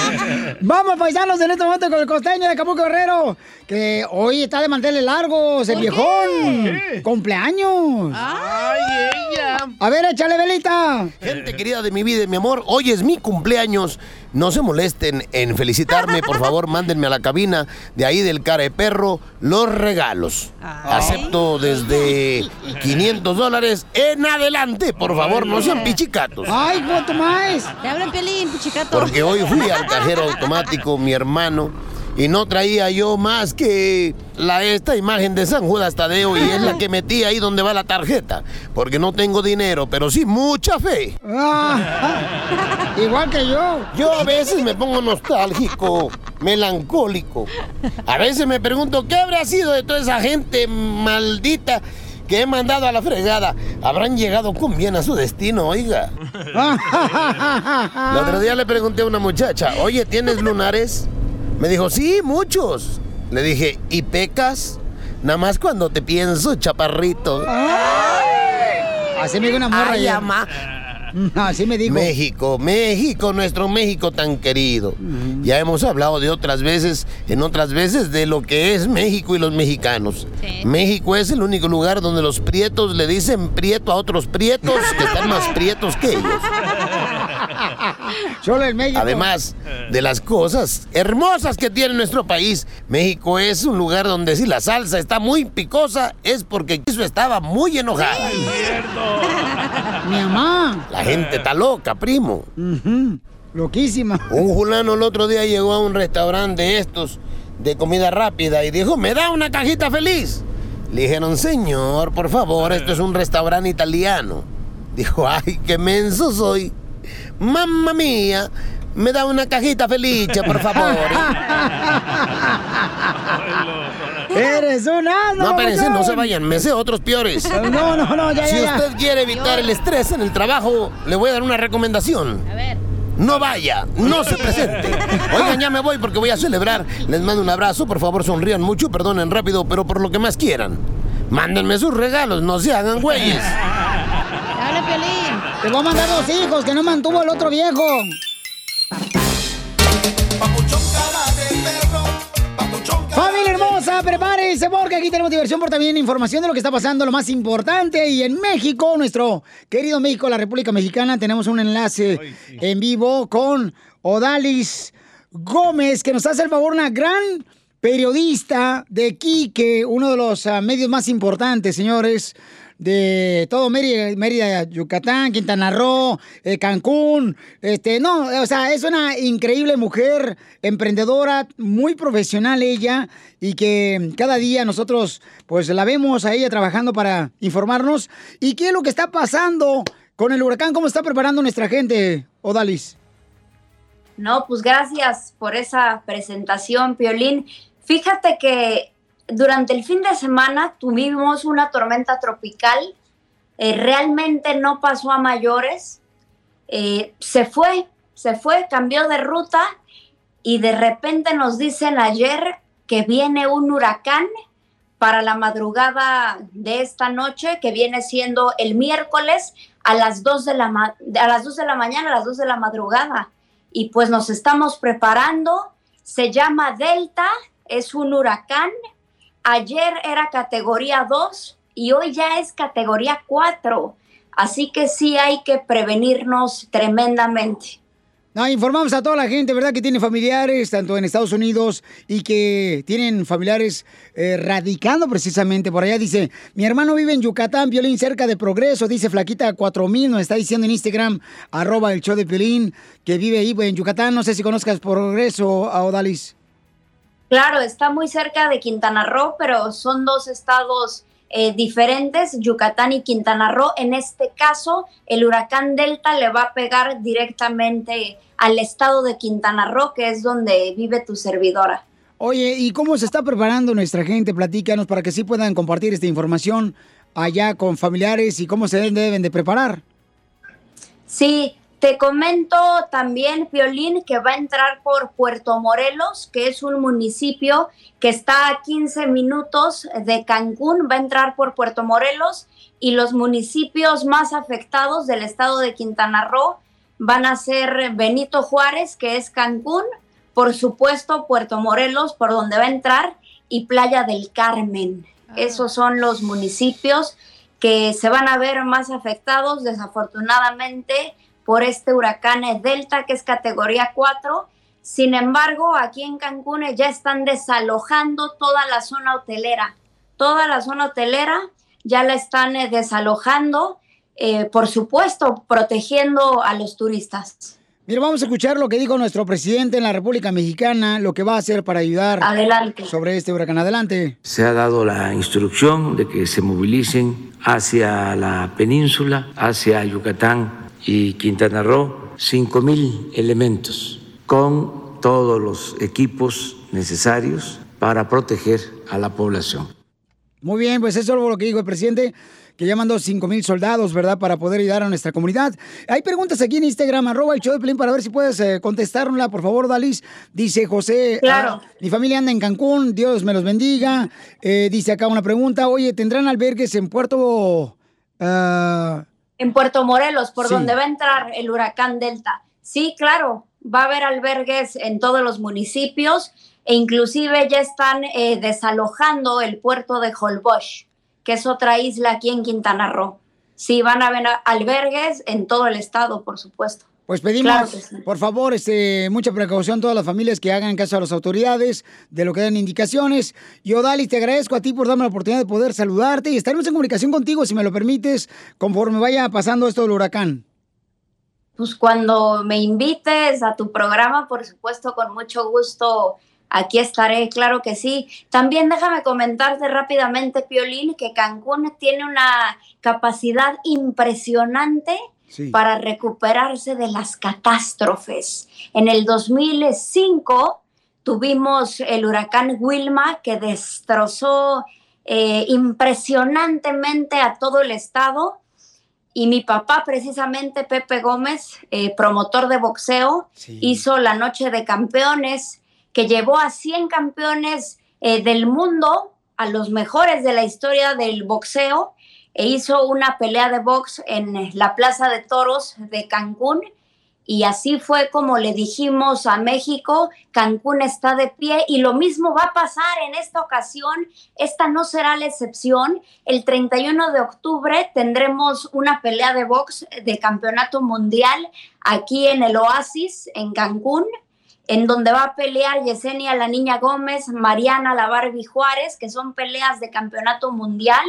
Speaker 2: Vamos, paisanos, en este momento con el costeño de Acapulco Guerrero, que hoy está de manteles largos, el viejón. Cumpleaños.
Speaker 5: Ah.
Speaker 17: ¡Ay, ella!
Speaker 2: A ver, échale velita.
Speaker 17: Gente querida de mi vida y mi amor, hoy es mi cumpleaños.
Speaker 16: No se molesten en felicitarme, por favor, mándenme a la cabina de ahí del cara de perro los regalos. Acepto desde 500 dólares en adelante, por favor, no sean pichicatos.
Speaker 2: ¡Ay, cuánto más!
Speaker 5: Te hablan pelín, pichicato.
Speaker 16: Porque hoy fui al cajero automático, mi hermano, y no traía yo más que la esta imagen de San Judas Tadeo y es la que metí ahí donde va la tarjeta, porque no tengo dinero, pero sí mucha fe.
Speaker 2: Igual que yo.
Speaker 16: Yo a veces me pongo nostálgico, melancólico. A veces me pregunto qué habrá sido de toda esa gente maldita que he mandado a la fregada. Habrán llegado con bien a su destino, oiga. El otro día le pregunté a una muchacha, oye, ¿tienes lunares? Me dijo, sí, muchos. Le dije, ¿y pecas? Nada más cuando te pienso, chaparrito.
Speaker 2: Así me dijo una morra
Speaker 16: Ay,
Speaker 2: ayer.
Speaker 16: ama.
Speaker 2: Así me dijo.
Speaker 16: México, México, nuestro México tan querido. Ya hemos hablado de otras veces, en otras veces, de lo que es México y los mexicanos. México es el único lugar donde los prietos le dicen prieto a otros prietos que están más prietos que ellos.
Speaker 2: Solo en México.
Speaker 16: Además de las cosas hermosas que tiene nuestro país, México es un lugar donde si la salsa está muy picosa es porque quiso estaba muy enojada.
Speaker 2: Mi mamá.
Speaker 16: La gente está loca, primo.
Speaker 2: Loquísima.
Speaker 16: Un fulano el otro día llegó a un restaurante de estos de comida rápida y dijo, ¿me da una cajita feliz? Le dijeron, señor, por favor, esto es un restaurante italiano. Dijo, ay, qué menso soy. Mamma mía, me da una cajita feliz, por favor.
Speaker 2: Eres un asno.
Speaker 16: No, espérense,
Speaker 2: papuchón.
Speaker 16: no se vayan, me sé otros peores.
Speaker 2: No, no, no, ya,
Speaker 16: Si
Speaker 2: ya, ya.
Speaker 16: usted quiere evitar el estrés en el trabajo, le voy a dar una recomendación. A ver. No vaya, no se presente. Oigan, ya me voy porque voy a celebrar. Les mando un abrazo, por favor, sonrían mucho, perdonen rápido, pero por lo que más quieran. Mándenme sus regalos, no se hagan güeyes.
Speaker 2: Dale, Piolín. Te voy a mandar dos hijos que no mantuvo el otro viejo. Familia hermosa, prepárense porque aquí tenemos diversión, pero también información de lo que está pasando, lo más importante. Y en México, nuestro querido México, la República Mexicana, tenemos un enlace en vivo con Odalis Gómez, que nos hace el favor, una gran periodista de Quique, uno de los ah, medios más importantes, señores, de todo Mérida, Mérida, Yucatán, Quintana Roo, eh, Cancún. Este, no, eh, o sea, es una increíble mujer, emprendedora, muy profesional ella, y que cada día nosotros, pues, la vemos a ella trabajando para informarnos. ¿Y qué es lo que está pasando con el huracán? ¿Cómo está preparando nuestra gente, Odalis?
Speaker 17: No, pues gracias por esa presentación, Piolín. Fíjate que durante el fin de semana tuvimos una tormenta tropical. eh, realmente no pasó a mayores. Eh, se fue, se fue, cambió de ruta y de repente nos dicen ayer que viene un huracán para la madrugada de esta noche, que viene siendo el miércoles a las 2 de la, ma- a las 2 de la mañana, a las 2 de la madrugada y pues nos estamos preparando. Se llama Delta, es un huracán. Ayer era categoría 2 y hoy ya es categoría 4. Así que sí hay que prevenirnos tremendamente.
Speaker 2: No, informamos a toda la gente, ¿verdad? Que tiene familiares, tanto en Estados Unidos y que tienen familiares eh, radicando precisamente por allá. Dice, mi hermano vive en Yucatán, Violín cerca de Progreso, dice Flaquita 4000, nos está diciendo en Instagram, arroba el show de Violín, que vive ahí pues, en Yucatán. No sé si conozcas Progreso, a Odalis.
Speaker 17: Claro, está muy cerca de Quintana Roo, pero son dos estados eh, diferentes, Yucatán y Quintana Roo. En este caso, el huracán Delta le va a pegar directamente al estado de Quintana Roo, que es donde vive tu servidora.
Speaker 2: Oye, ¿y cómo se está preparando nuestra gente? Platícanos para que sí puedan compartir esta información allá con familiares y cómo se deben de preparar.
Speaker 17: Sí, te comento también, Piolín, que va a entrar por Puerto Morelos, que es un municipio que está a 15 minutos de Cancún, va a entrar por Puerto Morelos y los municipios más afectados del estado de Quintana Roo van a ser Benito Juárez, que es Cancún, por supuesto Puerto Morelos, por donde va a entrar, y Playa del Carmen. Esos son los municipios que se van a ver más afectados, desafortunadamente, por este huracán Delta, que es categoría 4. Sin embargo, aquí en Cancún ya están desalojando toda la zona hotelera. Toda la zona hotelera ya la están eh, desalojando, eh, por supuesto, protegiendo a los turistas.
Speaker 2: Mira, vamos a escuchar lo que dijo nuestro presidente en la República Mexicana, lo que va a hacer para ayudar
Speaker 17: Adelante.
Speaker 2: sobre este huracán. Adelante.
Speaker 8: Se ha dado la instrucción de que se movilicen hacia la península, hacia Yucatán y Quintana Roo, 5.000 elementos con todos los equipos necesarios para proteger a la población.
Speaker 2: Muy bien, pues eso es lo que dijo el presidente, que ya mandó 5 mil soldados, ¿verdad?, para poder ayudar a nuestra comunidad. Hay preguntas aquí en Instagram, arroba el show de Pelín, para ver si puedes eh, contestarla, por favor, Dalis. Dice José,
Speaker 17: Claro.
Speaker 2: ah, mi familia anda en Cancún, Dios me los bendiga. Eh, dice acá una pregunta, oye, ¿tendrán albergues en Puerto... ah,
Speaker 17: En Puerto Morelos, por
Speaker 2: Sí.
Speaker 17: donde va a entrar el huracán Delta. Sí, claro, va a haber albergues en todos los municipios e inclusive ya están eh, desalojando el puerto de Holbox, que es otra isla aquí en Quintana Roo. Sí, van a haber albergues en todo el estado, por supuesto.
Speaker 2: Pues pedimos,
Speaker 17: Claro que sí.
Speaker 2: por favor, este, mucha precaución todas las familias que hagan caso a las autoridades, de lo que dan indicaciones. Yo, Dalis, te agradezco a ti por darme la oportunidad de poder saludarte y estaremos en comunicación contigo, si me lo permites, conforme vaya pasando esto del huracán.
Speaker 17: Pues cuando me invites a tu programa, por supuesto, con mucho gusto, aquí estaré, claro que sí. También déjame comentarte rápidamente, Piolín, que Cancún tiene una capacidad impresionante
Speaker 18: Sí.
Speaker 17: para recuperarse de las catástrofes. En el 2005 tuvimos el huracán Wilma que destrozó eh, impresionantemente a todo el estado. Y mi papá, precisamente Pepe Gómez, eh, promotor de boxeo, hizo la Noche de Campeones, que llevó a 100 campeones eh, del mundo, a los mejores de la historia del boxeo, e hizo una pelea de box en la Plaza de Toros de Cancún. Y así fue como le dijimos a México, Cancún está de pie y lo mismo va a pasar en esta ocasión, esta no será la excepción. El 31 de octubre tendremos una pelea de box de campeonato mundial aquí en el Oasis, en Cancún, en donde va a pelear Yesenia la Niña Gómez, Mariana la Barbie Juárez, que son peleas de campeonato mundial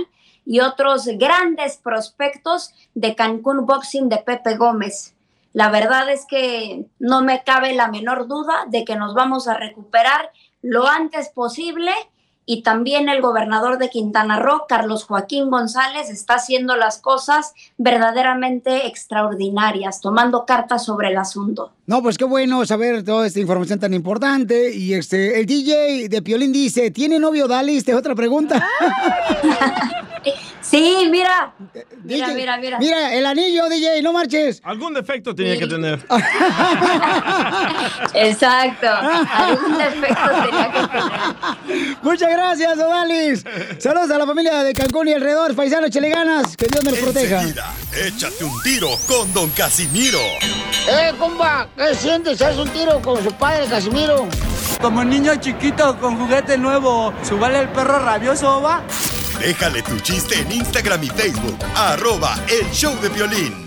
Speaker 17: y otros grandes prospectos de Cancún Boxing de Pepe Gómez. La verdad es que no me cabe la menor duda de que nos vamos a recuperar lo antes posible y también el gobernador de Quintana Roo, Carlos Joaquín González, está haciendo las cosas verdaderamente extraordinarias, tomando cartas sobre el asunto.
Speaker 2: No, pues qué bueno saber toda esta información tan importante. Y este, el DJ de Piolín dice, ¿tiene novio Dalis? Te otra pregunta.
Speaker 17: sí, mira.
Speaker 2: Mira,
Speaker 17: mira, mira.
Speaker 2: Mira, el anillo, DJ, no marches.
Speaker 3: Algún defecto tenía que tener.
Speaker 17: Exacto. Algún defecto tenía que
Speaker 2: Muchas gracias, Odalis. Saludos a la familia de Cancún y alrededor. Paisanos, chele ganas. Que Dios me los proteja.
Speaker 6: Enseguida, échate un tiro con Don Casimiro.
Speaker 2: ¡Eh, comba! ¿Qué sientes? ¿Haz un tiro con su padre, Casimiro?
Speaker 12: Como niño chiquito con juguete nuevo, ¿subale el perro rabioso va?
Speaker 6: Déjale tu chiste en Instagram y Facebook. Arroba el show de violín.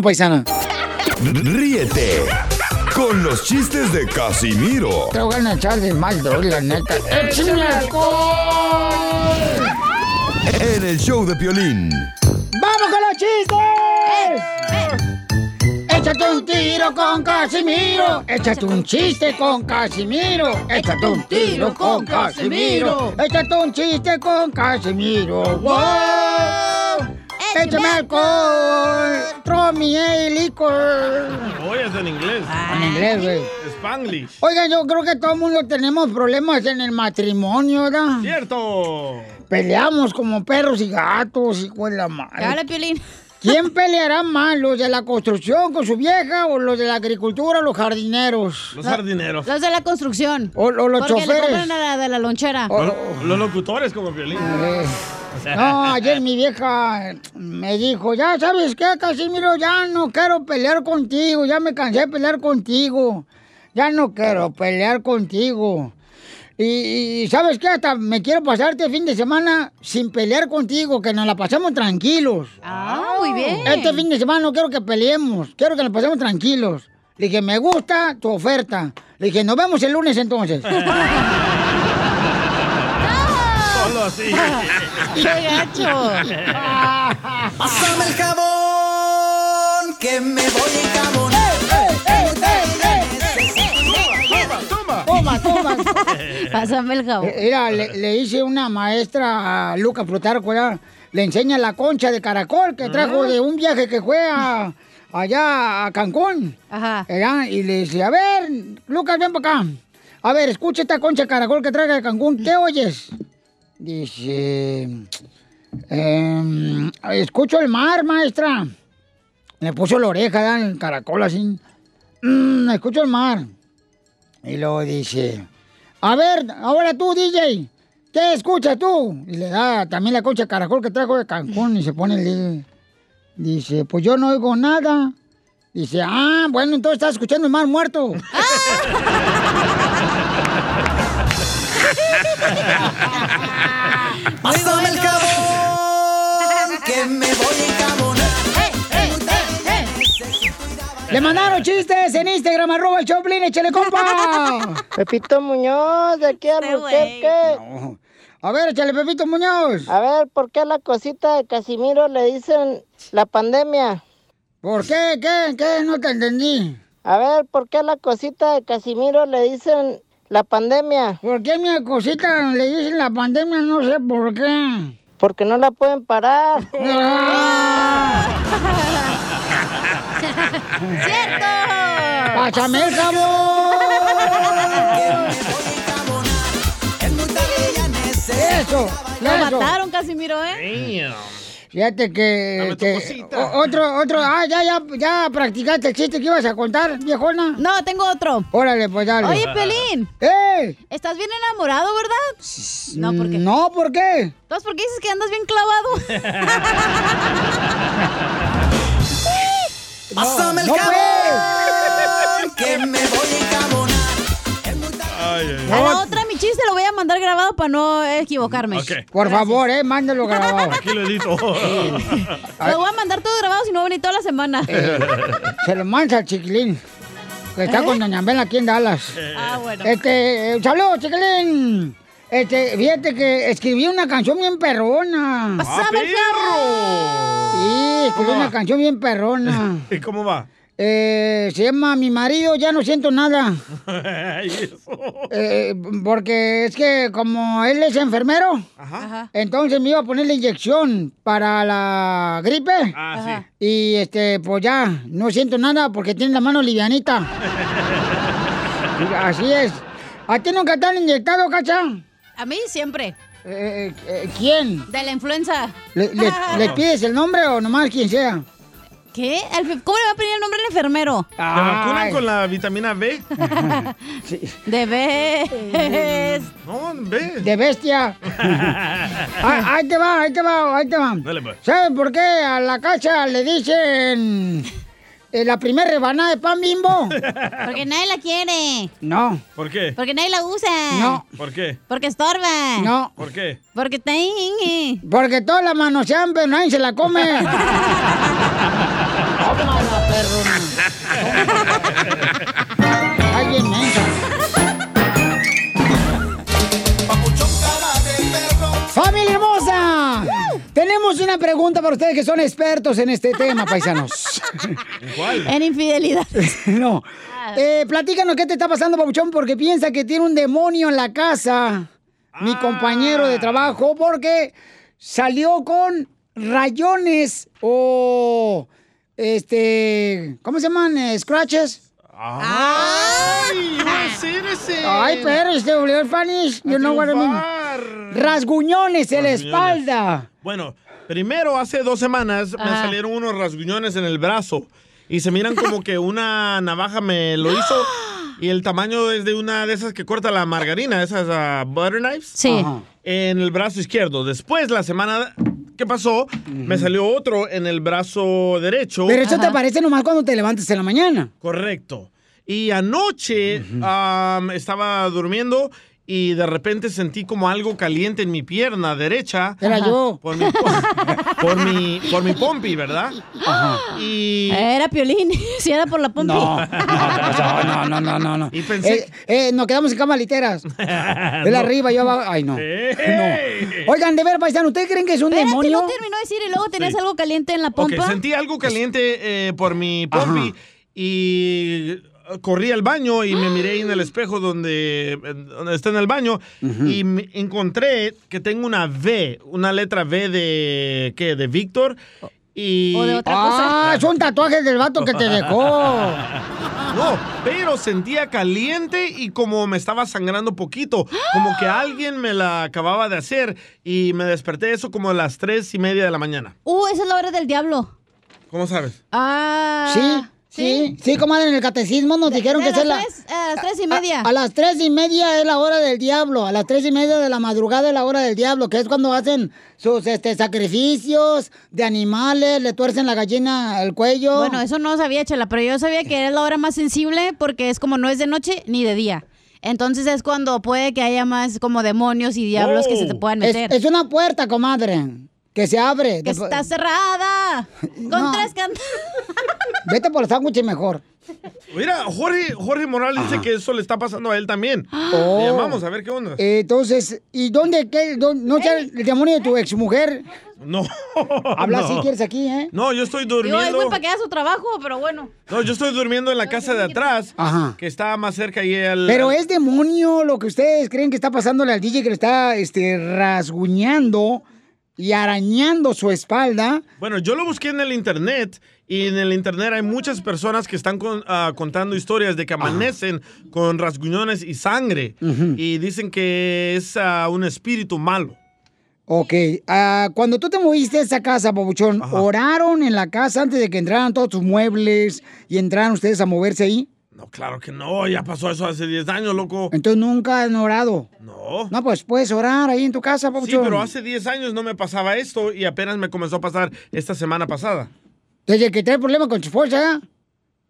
Speaker 2: paisana.
Speaker 6: Ríete con los chistes de Casimiro
Speaker 2: Te voy a echar de mal, la neta.
Speaker 6: en el show de violín.
Speaker 2: ¡Vamos con los Eh, chistes! eh. Échate un tiro con Casimiro. Échate un chiste con Casimiro. Échate un tiro con Casimiro. Échate un chiste con Casimiro. ¡Wow! Échame alcohol. Throw me a licor.
Speaker 3: Oye, es en inglés.
Speaker 2: Ah. En inglés, güey.
Speaker 3: Spanglish.
Speaker 2: Oiga, yo creo que todo el mundo tenemos problemas en el matrimonio, ¿verdad?
Speaker 3: Cierto.
Speaker 2: Peleamos como perros y gatos, hijo de la madre. ¿Quién peleará más, los de la construcción con su vieja o los de la agricultura, los jardineros?
Speaker 3: Los jardineros.
Speaker 5: Los de la construcción.
Speaker 2: O, o los
Speaker 5: Porque le
Speaker 2: choferes.
Speaker 5: compran a la de la
Speaker 2: Ah.
Speaker 5: lonchera.
Speaker 3: Los, los locutores como violín.
Speaker 2: Oh. No, ayer mi vieja me dijo, ya sabes qué, Casimiro, ya no quiero pelear contigo, ya me cansé de pelear contigo, ya no quiero pelear contigo. Y, y, sabes qué, hasta me quiero pasarte el fin de semana sin pelear contigo, que nos la pasemos tranquilos.
Speaker 5: Ah, muy bien.
Speaker 2: Este fin de semana no quiero que peleemos, quiero que nos pasemos tranquilos. Le dije, me gusta tu oferta. Le dije, nos vemos el lunes entonces.
Speaker 3: Solo así.
Speaker 5: ¡Qué gacho!
Speaker 1: Pásame el jabón, que me voy a encabonar.
Speaker 2: toma, toma, toma.
Speaker 5: Pásame el jabón.
Speaker 2: Eh, Mira, le, le hice una maestra a Luca Plutarco, ya, le enseña la concha de caracol que
Speaker 5: Ah.
Speaker 2: trajo de un viaje que fue a- allá a Cancún. Ajá. y le dice, a ver, Lucas, ven para acá. A ver, escucha esta concha de caracol que traje de Cancún. ¿Qué oyes? Dice, eh, em, escucho el mar, maestra. Le puso la oreja, ya, el caracol así. "Mm, escucho el mar. Y luego dice, a ver, ahora tú, DJ, ¿qué escuchas tú? Y le da también la concha de caracol que trajo de Cancún y se pone el DJ. Dice, pues yo no oigo nada. Dice, ah, bueno, entonces estás escuchando el mar muerto.
Speaker 1: Pásame el jabón, que me voy a encabonar.
Speaker 2: Le mandaron chistes en Instagram, arroba el Choplin, échale compa. Pepito Muñoz, de aquí a A ver, échale, Pepito Muñoz.
Speaker 18: A ver, ¿por qué a la cosita de Casimiro le dicen la pandemia?
Speaker 2: ¿Por qué? ¿Qué? ¿Qué? No te entendí.
Speaker 18: A ver, ¿por qué a la cosita de Casimiro le dicen la pandemia?
Speaker 2: ¿Por qué a mi cosita le dicen la pandemia? No sé por qué.
Speaker 18: Porque no la pueden parar.
Speaker 2: Ah. eh!
Speaker 1: ¡Cierto!
Speaker 2: ¡Pásame el jabón! Eso,
Speaker 5: Lo
Speaker 2: eso.
Speaker 5: mataron, Casimiro, ¿eh?
Speaker 2: Fíjate que... este, o- otro, otro... Ah, ya, ya, ya practicaste el chiste que ibas a contar, viejona.
Speaker 5: No, tengo otro.
Speaker 2: Órale, pues dale.
Speaker 5: Oye, Pelín.
Speaker 2: ¡Eh!
Speaker 5: Estás bien enamorado, ¿verdad? No, ¿por qué?
Speaker 2: No, ¿por qué?
Speaker 5: Entonces, ¿por qué dices que andas bien clavado?
Speaker 1: Pásame el no,
Speaker 14: pues.
Speaker 1: jabón, que me voy a encabonar.
Speaker 5: A la otra, mi chiste lo voy a mandar grabado para no equivocarme.
Speaker 2: Por favor, eh, mándalo grabado.
Speaker 3: Aquí lo edito.
Speaker 5: Lo voy a mandar todo grabado, si no van a ir toda la semana.
Speaker 2: Eh, se lo mancha al chiquilín. Que está
Speaker 5: ¿Eh?
Speaker 2: con Doña Bela aquí en Dallas.
Speaker 5: Ah, bueno.
Speaker 2: Este, eh, saludos, chiquilín. Este, fíjate que escribí una canción bien
Speaker 5: Ah,
Speaker 2: perrona.
Speaker 3: ¡Pásame el perro!
Speaker 2: Sí, escribí
Speaker 3: ¡Ah, ¿Cómo
Speaker 2: una
Speaker 3: va?
Speaker 2: canción bien perrona.
Speaker 3: ¿Y cómo va?
Speaker 2: Eh, se llama Mi marido, ya no siento nada.
Speaker 3: Ay, eso.
Speaker 2: Eh, porque es que como él es enfermero, entonces me iba a poner la inyección para la gripe.
Speaker 3: Ah,
Speaker 2: Y este, pues ya, no siento nada porque tiene la mano livianita. Así es. ¿A ti nunca te han inyectado, cacha?
Speaker 5: A mí siempre.
Speaker 2: Eh, ¿Quién?
Speaker 5: De la influenza.
Speaker 2: ¿Le- le- ¿Les pides el nombre o nomás quien sea?
Speaker 5: ¿Qué? ¿Al fe- ¿Cómo le va a pedir el nombre al enfermero?
Speaker 3: ¿Te vacunan con la vitamina B?
Speaker 5: De vez.
Speaker 3: No, B.
Speaker 2: De bestia. Ah, ahí te va, ahí te va, ahí te va.
Speaker 3: Dale, pues.
Speaker 2: ¿Saben por qué a la cacha le dicen eh, la primera rebanada de pan bimbo?
Speaker 5: Porque nadie la quiere.
Speaker 2: No.
Speaker 3: ¿Por qué?
Speaker 5: Porque nadie la usa.
Speaker 2: No.
Speaker 3: ¿Por qué?
Speaker 5: Porque estorba.
Speaker 2: No.
Speaker 3: ¿Por qué?
Speaker 5: Porque está ahí.
Speaker 2: Porque todas las manosean, pero nadie se la come. Tómala, perrona. Ay, bien mensa. Familia hermosa, tenemos un una pregunta para ustedes que son expertos en este tema, paisanos.
Speaker 5: ¿Cuál? En infidelidad. Ah.
Speaker 2: no. Eh, platícanos qué te está pasando, Pabuchón, porque piensa que tiene un demonio en la casa,
Speaker 5: Ah.
Speaker 2: mi compañero de trabajo, porque salió con rayones o este, ¿cómo se llaman? Eh, Scratches.
Speaker 3: ¡Ay!
Speaker 2: Ay, pero este volvió Spanish, yo no what I mean. Rasguñones en la espalda.
Speaker 3: Bueno, primero hace dos semanas me
Speaker 2: Ah.
Speaker 3: salieron unos rasguñones en el brazo y se miran como que una navaja me lo hizo y el tamaño es de una de esas que corta la margarina, esas ah, butter knives.
Speaker 5: Sí. Ajá.
Speaker 3: En el brazo izquierdo. Después, la semana que pasó, me salió otro en el brazo derecho.
Speaker 2: Pero eso te aparece nomás cuando te levantes en la mañana.
Speaker 3: Correcto. Y anoche am, estaba durmiendo y de repente sentí como algo caliente en mi pierna derecha.
Speaker 2: Era yo.
Speaker 3: Por mi, po- por mi, por mi pompi, ¿verdad? Y...
Speaker 5: Ah, Era Piolín, si era por la pompa.
Speaker 2: no, no, no, no, no. Eh, eh, nos quedamos en cama literas. Él arriba, yo abajo. Ay, no. No. Oigan, de ver, paisano, ¿ustedes creen que es un demonio?
Speaker 5: no terminó de decir y luego tenías
Speaker 3: Sí.
Speaker 5: algo caliente en la
Speaker 3: Ok,
Speaker 5: pompa.
Speaker 3: sentí algo caliente eh, por mi pompi y eh, corrí al baño y me miré en el espejo donde, eh, donde está en el baño y me encontré que tengo una V, una letra V de, ¿qué? De Víctor. Y...
Speaker 2: Ah, son tatuajes del vato que te dejó.
Speaker 3: No, pero sentía caliente y como me estaba sangrando poquito, como que alguien me la acababa de hacer y me desperté eso como a las tres y media de la mañana.
Speaker 5: Uh, esa es la hora del diablo.
Speaker 3: ¿Cómo sabes?
Speaker 5: Ah.
Speaker 2: Sí, sí, sí, comadre, en el catecismo nos dijeron
Speaker 5: de
Speaker 2: que es
Speaker 5: las
Speaker 2: la...
Speaker 5: tres- eh, a las tres y media.
Speaker 2: A, a las tres y media es la hora del diablo, a las tres y media de la madrugada es la hora del diablo, que es cuando hacen sus este, sacrificios de animales, le tuercen la gallina al cuello.
Speaker 5: Bueno, eso no sabía, Chela, pero yo sabía que era la hora más sensible porque es como no es de noche ni de día. Entonces es cuando puede que haya más como demonios y diablos que se te puedan
Speaker 2: Oh. Es-
Speaker 5: meter.
Speaker 2: Es, una puerta, comadre, que se abre.
Speaker 5: Que
Speaker 2: Despu-
Speaker 5: está cerrada. Con
Speaker 2: No.
Speaker 5: tres cantos.
Speaker 2: Vete por el sándwich mejor.
Speaker 3: Mira, Jorge, Jorge Morales dice que eso le está pasando a él también.
Speaker 2: Oh.
Speaker 3: Le llamamos a ver qué onda.
Speaker 2: Eh, Entonces, ¿y dónde? Qué, dónde- ¿No sea el demonio de tu exmujer?
Speaker 3: No.
Speaker 2: Habla
Speaker 3: No.
Speaker 2: si quieres aquí, ¿eh?
Speaker 3: No, yo estoy
Speaker 5: Digo, ay, güey,
Speaker 3: durmiendo.
Speaker 5: para que haga su trabajo, pero bueno.
Speaker 3: No, yo estoy durmiendo en la casa de atrás,
Speaker 2: Ajá.
Speaker 3: que está más cerca y el.
Speaker 2: Pero es demonio lo que ustedes creen que está pasándole al DJ que le está este, rasguñando y arañando su espalda.
Speaker 3: Bueno, yo lo busqué en el internet y en el internet hay muchas personas que están con- ah, contando historias de que amanecen con rasguñones y sangre y dicen que es ah, un espíritu malo.
Speaker 2: Ok, ah, cuando tú te moviste a esa casa, Pabuchón, ¿oraron en la casa antes de que entraran todos tus muebles y entraran ustedes a moverse ahí?
Speaker 3: No, claro que no, ya pasó eso hace 10 años, loco.
Speaker 2: Entonces nunca han orado.
Speaker 3: No.
Speaker 2: No, pues puedes orar ahí en tu casa,
Speaker 3: Sí,
Speaker 2: Pabuchón.
Speaker 3: pero hace 10 años no me pasaba esto y apenas me comenzó a pasar esta semana pasada.
Speaker 2: Desde que trae problema con tu esposa,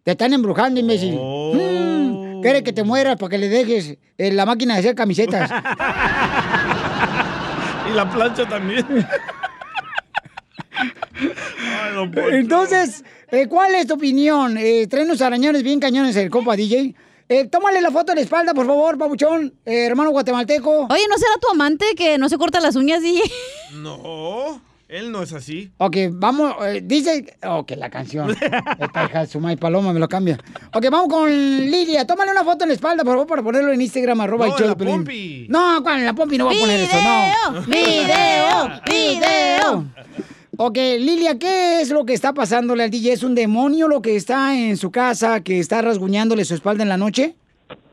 Speaker 2: te están embrujando, imbécil.
Speaker 3: Oh.
Speaker 2: Mm, quiere que te mueras para que le dejes eh, la máquina de hacer camisetas.
Speaker 3: Y la plancha también.
Speaker 2: Entonces, eh, ¿cuál es tu opinión? Eh, traen unos arañones bien cañones el compa DJ. Eh, tómale la foto de la espalda, por favor, pabuchón, eh, hermano guatemalteco.
Speaker 5: Oye, ¿no será tu amante que no se corta las uñas, DJ?
Speaker 3: No, él no es así.
Speaker 2: Ok, vamos, eh, dice... Ok, la canción. Esta hija de su maíz paloma me lo cambia. Ok, vamos con Lilia. Tómale una foto en la espalda, por favor, para ponerlo en Instagram, arroba
Speaker 1: No,
Speaker 2: el show
Speaker 1: la
Speaker 2: de Piolín.
Speaker 1: pompi.
Speaker 2: No, ¿cuál? La pompi no va a poner eso, no.
Speaker 1: ¡Video! ¡Video!
Speaker 2: Ok, Lilia, ¿qué es lo que está pasándole al DJ? ¿Es un demonio lo que está en su casa, que está rasguñándole su espalda en la noche?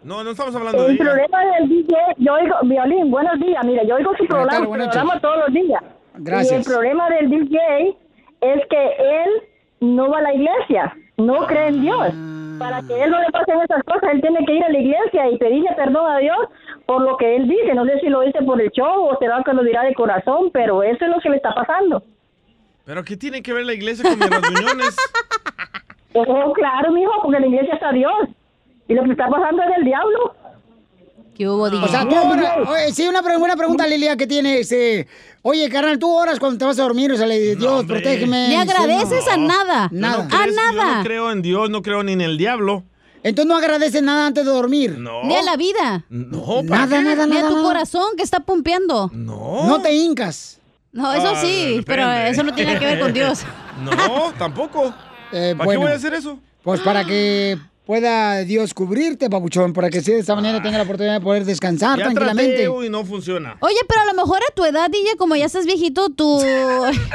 Speaker 3: No, no estamos hablando de
Speaker 18: El
Speaker 3: ella.
Speaker 18: problema del DJ, yo oigo, Violín, buenos días, mira, yo oigo su
Speaker 3: Buenas
Speaker 18: programa,
Speaker 3: tardes,
Speaker 18: su
Speaker 3: buenas noches.
Speaker 18: programa todos los días.
Speaker 2: Gracias.
Speaker 18: Y el problema del DJ es que él no va a la iglesia, no cree en Dios. Para que él no le pasen esas cosas, él tiene que ir a la iglesia y pedirle perdón a Dios por lo que él dice. No sé si lo dice por el show o será que lo dirá de corazón, pero eso es lo que le está pasando.
Speaker 3: ¿Pero qué tiene que ver la iglesia con mis rasguñones?
Speaker 18: Oh, claro, mijo, porque la iglesia está Dios. Y lo que está pasando es del diablo.
Speaker 5: ¿Qué hubo,
Speaker 2: O sea, tú ora- oye, sí, una, pre- buena pregunta, Lilia, que tiene este... Oye, carnal, tú oras cuando te vas a dormir, o sea, le Dios, protégeme.
Speaker 5: Le agradeces a nada.
Speaker 3: Yo no
Speaker 5: a
Speaker 3: creo- Yo no
Speaker 5: nada.
Speaker 3: creo en Dios, no creo ni en el diablo.
Speaker 2: Ah, Entonces no agradeces nada antes de dormir.
Speaker 3: No.
Speaker 5: Ni a la vida.
Speaker 3: No,
Speaker 5: Ni a tu
Speaker 2: nada.
Speaker 5: corazón que está pumpeando.
Speaker 3: No.
Speaker 2: No te hincas.
Speaker 5: No, eso
Speaker 3: Ah,
Speaker 5: sí,
Speaker 3: depende.
Speaker 5: pero eso no tiene que ver con Dios.
Speaker 3: No, tampoco.
Speaker 2: Eh,
Speaker 3: ¿Para
Speaker 2: bueno,
Speaker 3: qué voy a hacer eso?
Speaker 2: Pues para que pueda Dios cubrirte, papuchón, para que sí, de esta manera tenga la oportunidad de poder descansar
Speaker 3: Ya
Speaker 2: Ah, tranquilamente.
Speaker 3: traté y no funciona.
Speaker 5: Oye, pero a lo mejor a tu edad, DJ, como ya estás viejito, tu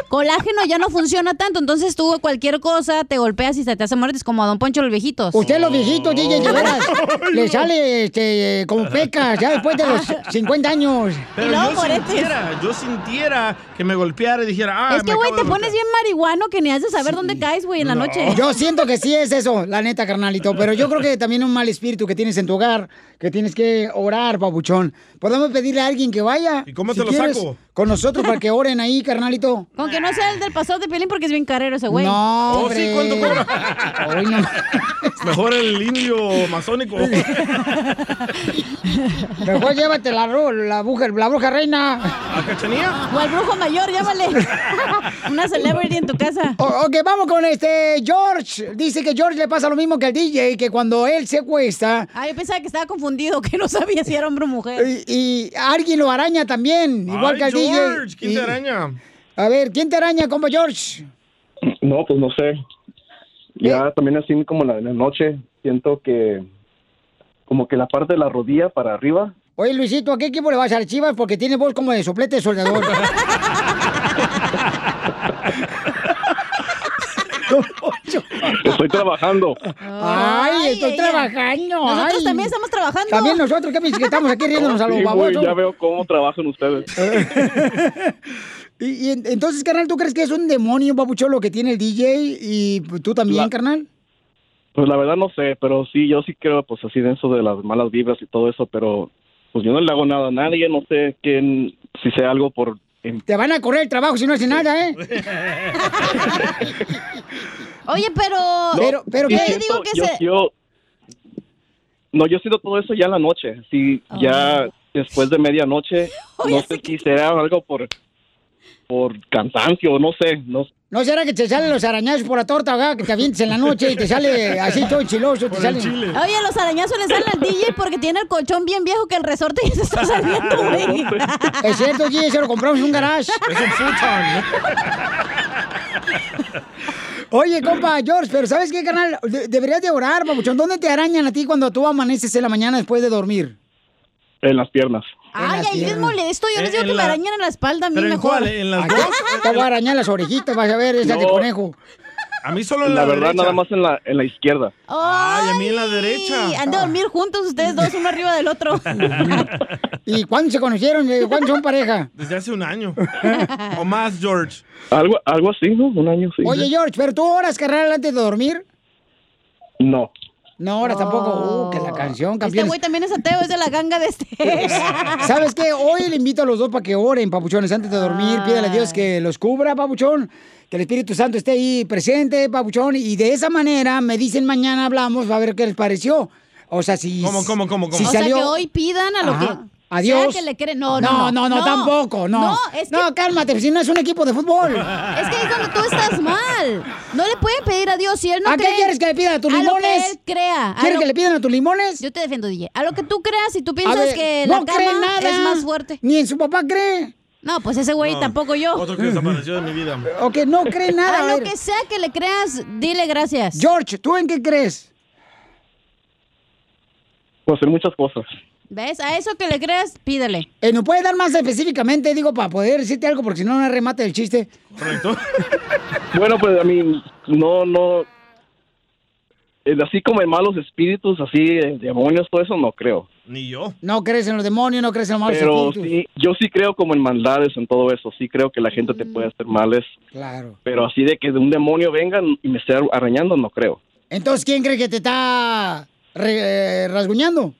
Speaker 5: colágeno ya no funciona tanto. Entonces tú cualquier cosa te golpeas y se te hace muertes como a Don Poncho los viejitos.
Speaker 2: Usted los viejitos, DJ,
Speaker 3: Oh.
Speaker 2: de veras, le sale este, como pecas ya después de los 50 años.
Speaker 3: Pero yo sintiera, yo sintiera que me golpeara y dijera, ah,
Speaker 5: es que,
Speaker 3: me
Speaker 5: güey,
Speaker 3: acabo
Speaker 5: te
Speaker 3: de
Speaker 5: pones bien marihuano que ni has de saber dónde caes, güey, en la
Speaker 3: No.
Speaker 5: noche.
Speaker 2: Yo siento que sí es eso, la neta, carnalito. Pero yo creo que también un mal espíritu que tienes en tu hogar, que tienes que orar, papuchón. Podemos pedirle a alguien que vaya. ¿Y
Speaker 3: cómo te lo saco?
Speaker 2: Con nosotros para que oren ahí, carnalito.
Speaker 5: Con que no sea el del pasado de Pelín porque es bien carero ese güey.
Speaker 2: No, Oh, sí, hombre. ¿cuánto
Speaker 3: Mejor el indio masónico.
Speaker 2: Mejor llévate la, ro- la, bruja, la bruja reina.
Speaker 3: ¿A Cachanía?
Speaker 5: O al brujo mayor, llámale. Una celebrity en tu casa.
Speaker 2: O- ok, vamos con este George. Dice que George le pasa lo mismo que al DJ, que cuando él se cuesta...
Speaker 5: Ah, yo pensaba que estaba confundido, que no sabía si era hombre o mujer.
Speaker 2: Y, y alguien lo araña también, igual
Speaker 5: Ay,
Speaker 2: que al
Speaker 5: George,
Speaker 2: DJ.
Speaker 5: ¿quién
Speaker 2: Y-
Speaker 5: te araña?
Speaker 2: A ver, ¿quién te araña, compa George?
Speaker 19: No, pues no sé. Ya también así como la, la noche, siento que como que la parte de la rodilla para arriba.
Speaker 2: Oye, Luisito, ¿a qué equipo le vas a Chivas? Porque tiene voz como de soplete de soldador.
Speaker 19: Estoy trabajando.
Speaker 2: Ay, estoy
Speaker 5: ella.
Speaker 2: trabajando.
Speaker 5: Nosotros
Speaker 2: ay.
Speaker 5: también estamos trabajando.
Speaker 2: También nosotros, ¿qué piensas que estamos aquí riéndonos a
Speaker 19: Sí,
Speaker 2: los
Speaker 19: güey,
Speaker 2: babosos?
Speaker 19: ya veo cómo trabajan ustedes.
Speaker 2: Y, y en- entonces, carnal, ¿tú crees que es un demonio, papucho, lo que tiene el DJ y tú también,
Speaker 19: La-
Speaker 2: carnal?
Speaker 19: Pues la verdad no sé, pero sí, yo sí creo pues así de eso de las malas vibras y todo eso, pero pues yo no le hago nada a nadie, no sé quién, si sea algo por... en-
Speaker 2: Te van a correr el trabajo si no haces nada, ¿eh?
Speaker 5: Oye, pero.
Speaker 19: No, sí
Speaker 5: yo le
Speaker 19: siento-
Speaker 5: digo que
Speaker 19: yo,
Speaker 5: se.
Speaker 19: yo- No, yo siento todo eso ya en la noche, sí,
Speaker 5: Oh,
Speaker 19: ya después de medianoche, no sé si será algo por por cansancio, no sé, no
Speaker 2: ¿No será que te salen los arañazos por la torta, ¿verdad? que te avientes en la noche y te sale así todo enchiloso? Te sale...
Speaker 5: Oye, los arañazos le salen al DJ porque tiene el colchón bien viejo que el resorte ya se está saliendo, güey.
Speaker 2: Es cierto, DJ, se lo compramos en un garage.
Speaker 3: Es un futon.
Speaker 2: Oye, compa, George, pero ¿sabes qué, carnal? De- deberías de orar, papuchón. ¿Dónde te arañan a ti cuando tú amaneces en la mañana después de dormir?
Speaker 19: en las piernas.
Speaker 5: Ay, ahí es molesto. Yo les
Speaker 2: Eh,
Speaker 5: digo
Speaker 2: en
Speaker 5: que me
Speaker 2: la-
Speaker 5: arañan en la espalda a mí mejor.
Speaker 2: Acá Te voy a arañar las orejitas, vas a ver, esa de
Speaker 19: No.
Speaker 2: conejo.
Speaker 3: A mí solo en
Speaker 19: La,
Speaker 3: la,
Speaker 19: verdad
Speaker 3: derecha.
Speaker 19: nada más en la en la izquierda.
Speaker 5: Ay,
Speaker 3: a mí en la
Speaker 5: Sí,
Speaker 3: derecha.
Speaker 5: han de dormir juntos ustedes dos, uno arriba del otro. Este
Speaker 2: ¿Y cuándo se conocieron? Eh, ¿Cuándo son pareja?
Speaker 3: Desde hace un año. o más, George.
Speaker 19: Algo algo así, ¿no? Un año sí.
Speaker 2: Oye, George, ¿pero tú oras, carnal, antes de dormir?
Speaker 19: No.
Speaker 2: No oras tampoco. Uh, que la canción,
Speaker 5: Este
Speaker 2: campeón.
Speaker 5: güey también es ateo, es de la ganga de este.
Speaker 2: ¿Sabes qué? Hoy le invito a los dos para que oren, papuchones, antes de dormir.
Speaker 5: Ah.
Speaker 2: Pídale a Dios que los cubra, papuchón. Que el Espíritu Santo esté ahí presente, papuchón. Y de esa manera me dicen mañana hablamos, a ver qué les pareció. O sea, si.
Speaker 3: ¿Cómo, cómo, cómo, cómo?
Speaker 2: si
Speaker 5: o sea,
Speaker 2: salió-
Speaker 5: que hoy pidan a lo
Speaker 2: Ajá.
Speaker 5: que...
Speaker 2: Adiós.
Speaker 5: sea que le creen. No, no,
Speaker 2: no, no, tampoco, no.
Speaker 5: No, es que...
Speaker 2: No, cálmate, pues, si no es un equipo de fútbol.
Speaker 5: Es que ahí es donde tú estás mal. No le pueden pedir a Dios si él no
Speaker 2: ¿A qué
Speaker 5: cree.
Speaker 2: quieres que le pidan? ¿A tus limones?
Speaker 5: A lo que él crea. A
Speaker 2: ¿Quieres
Speaker 5: lo-
Speaker 2: que le pidan a tus limones?
Speaker 5: Yo te defiendo, DJ. A lo que tú creas, si tú piensas
Speaker 2: ver,
Speaker 5: que
Speaker 2: no
Speaker 5: la
Speaker 2: cree
Speaker 5: cama
Speaker 2: nada.
Speaker 5: es más fuerte.
Speaker 2: Ni en su papá cree.
Speaker 5: No, pues ese güey
Speaker 3: No,
Speaker 5: tampoco yo.
Speaker 3: Otro que desapareció de mi vida.
Speaker 2: O que no cree nada.
Speaker 5: A
Speaker 2: a
Speaker 5: lo
Speaker 2: ver.
Speaker 5: que sea que le creas, dile gracias.
Speaker 2: George, ¿tú en qué crees?
Speaker 19: Pues en muchas cosas.
Speaker 5: ¿Ves? A eso que le creas, pídele.
Speaker 2: Eh, ¿Nos puede dar más específicamente, digo, para poder decirte algo? Porque si no, no remate el chiste.
Speaker 19: Bueno, pues a mí no no eh, así como en malos espíritus, así eh, demonios, todo eso no creo.
Speaker 3: Ni yo.
Speaker 2: No crees en los demonios, no crees en los malos
Speaker 19: Pero
Speaker 2: espíritus.
Speaker 19: sí, yo sí creo como en maldades, en todo eso. Sí creo que la gente te puede hacer males.
Speaker 2: Claro.
Speaker 19: Pero así de que de un demonio vengan y me esté arañando, no creo.
Speaker 2: Entonces, ¿quién cree que te está re- eh, rasguñando?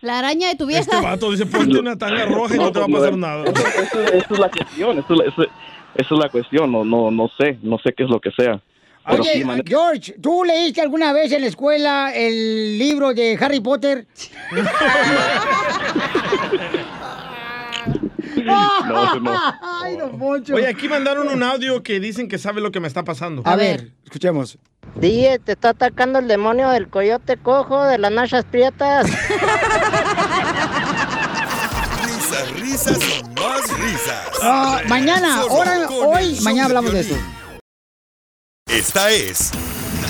Speaker 5: La araña de tu vieja.
Speaker 3: Este vato dice, ponte una tanga roja y no te va a pasar nada.
Speaker 19: pues, Eso, eso es la cuestión, eso, es la- eso- eso es la cuestión. No, no, no sé, no sé qué es lo que sea. Pero
Speaker 2: Oye,
Speaker 19: sí, man-
Speaker 2: George, ¿tú leíste alguna vez en la escuela el libro de Harry Potter?
Speaker 3: No, eso no.
Speaker 2: Ay, don Poncho.
Speaker 3: Oye, aquí mandaron un audio que dicen que sabe lo que me está pasando.
Speaker 2: A ver, escuchemos.
Speaker 20: DJ, te está atacando el demonio del coyote cojo, de las nachas prietas.
Speaker 6: Risas, risas y más risas.
Speaker 2: Ah, mañana,
Speaker 6: Solo
Speaker 2: ahora,
Speaker 6: con el
Speaker 2: hoy,
Speaker 6: show
Speaker 2: mañana hablamos de eso.
Speaker 6: Esta es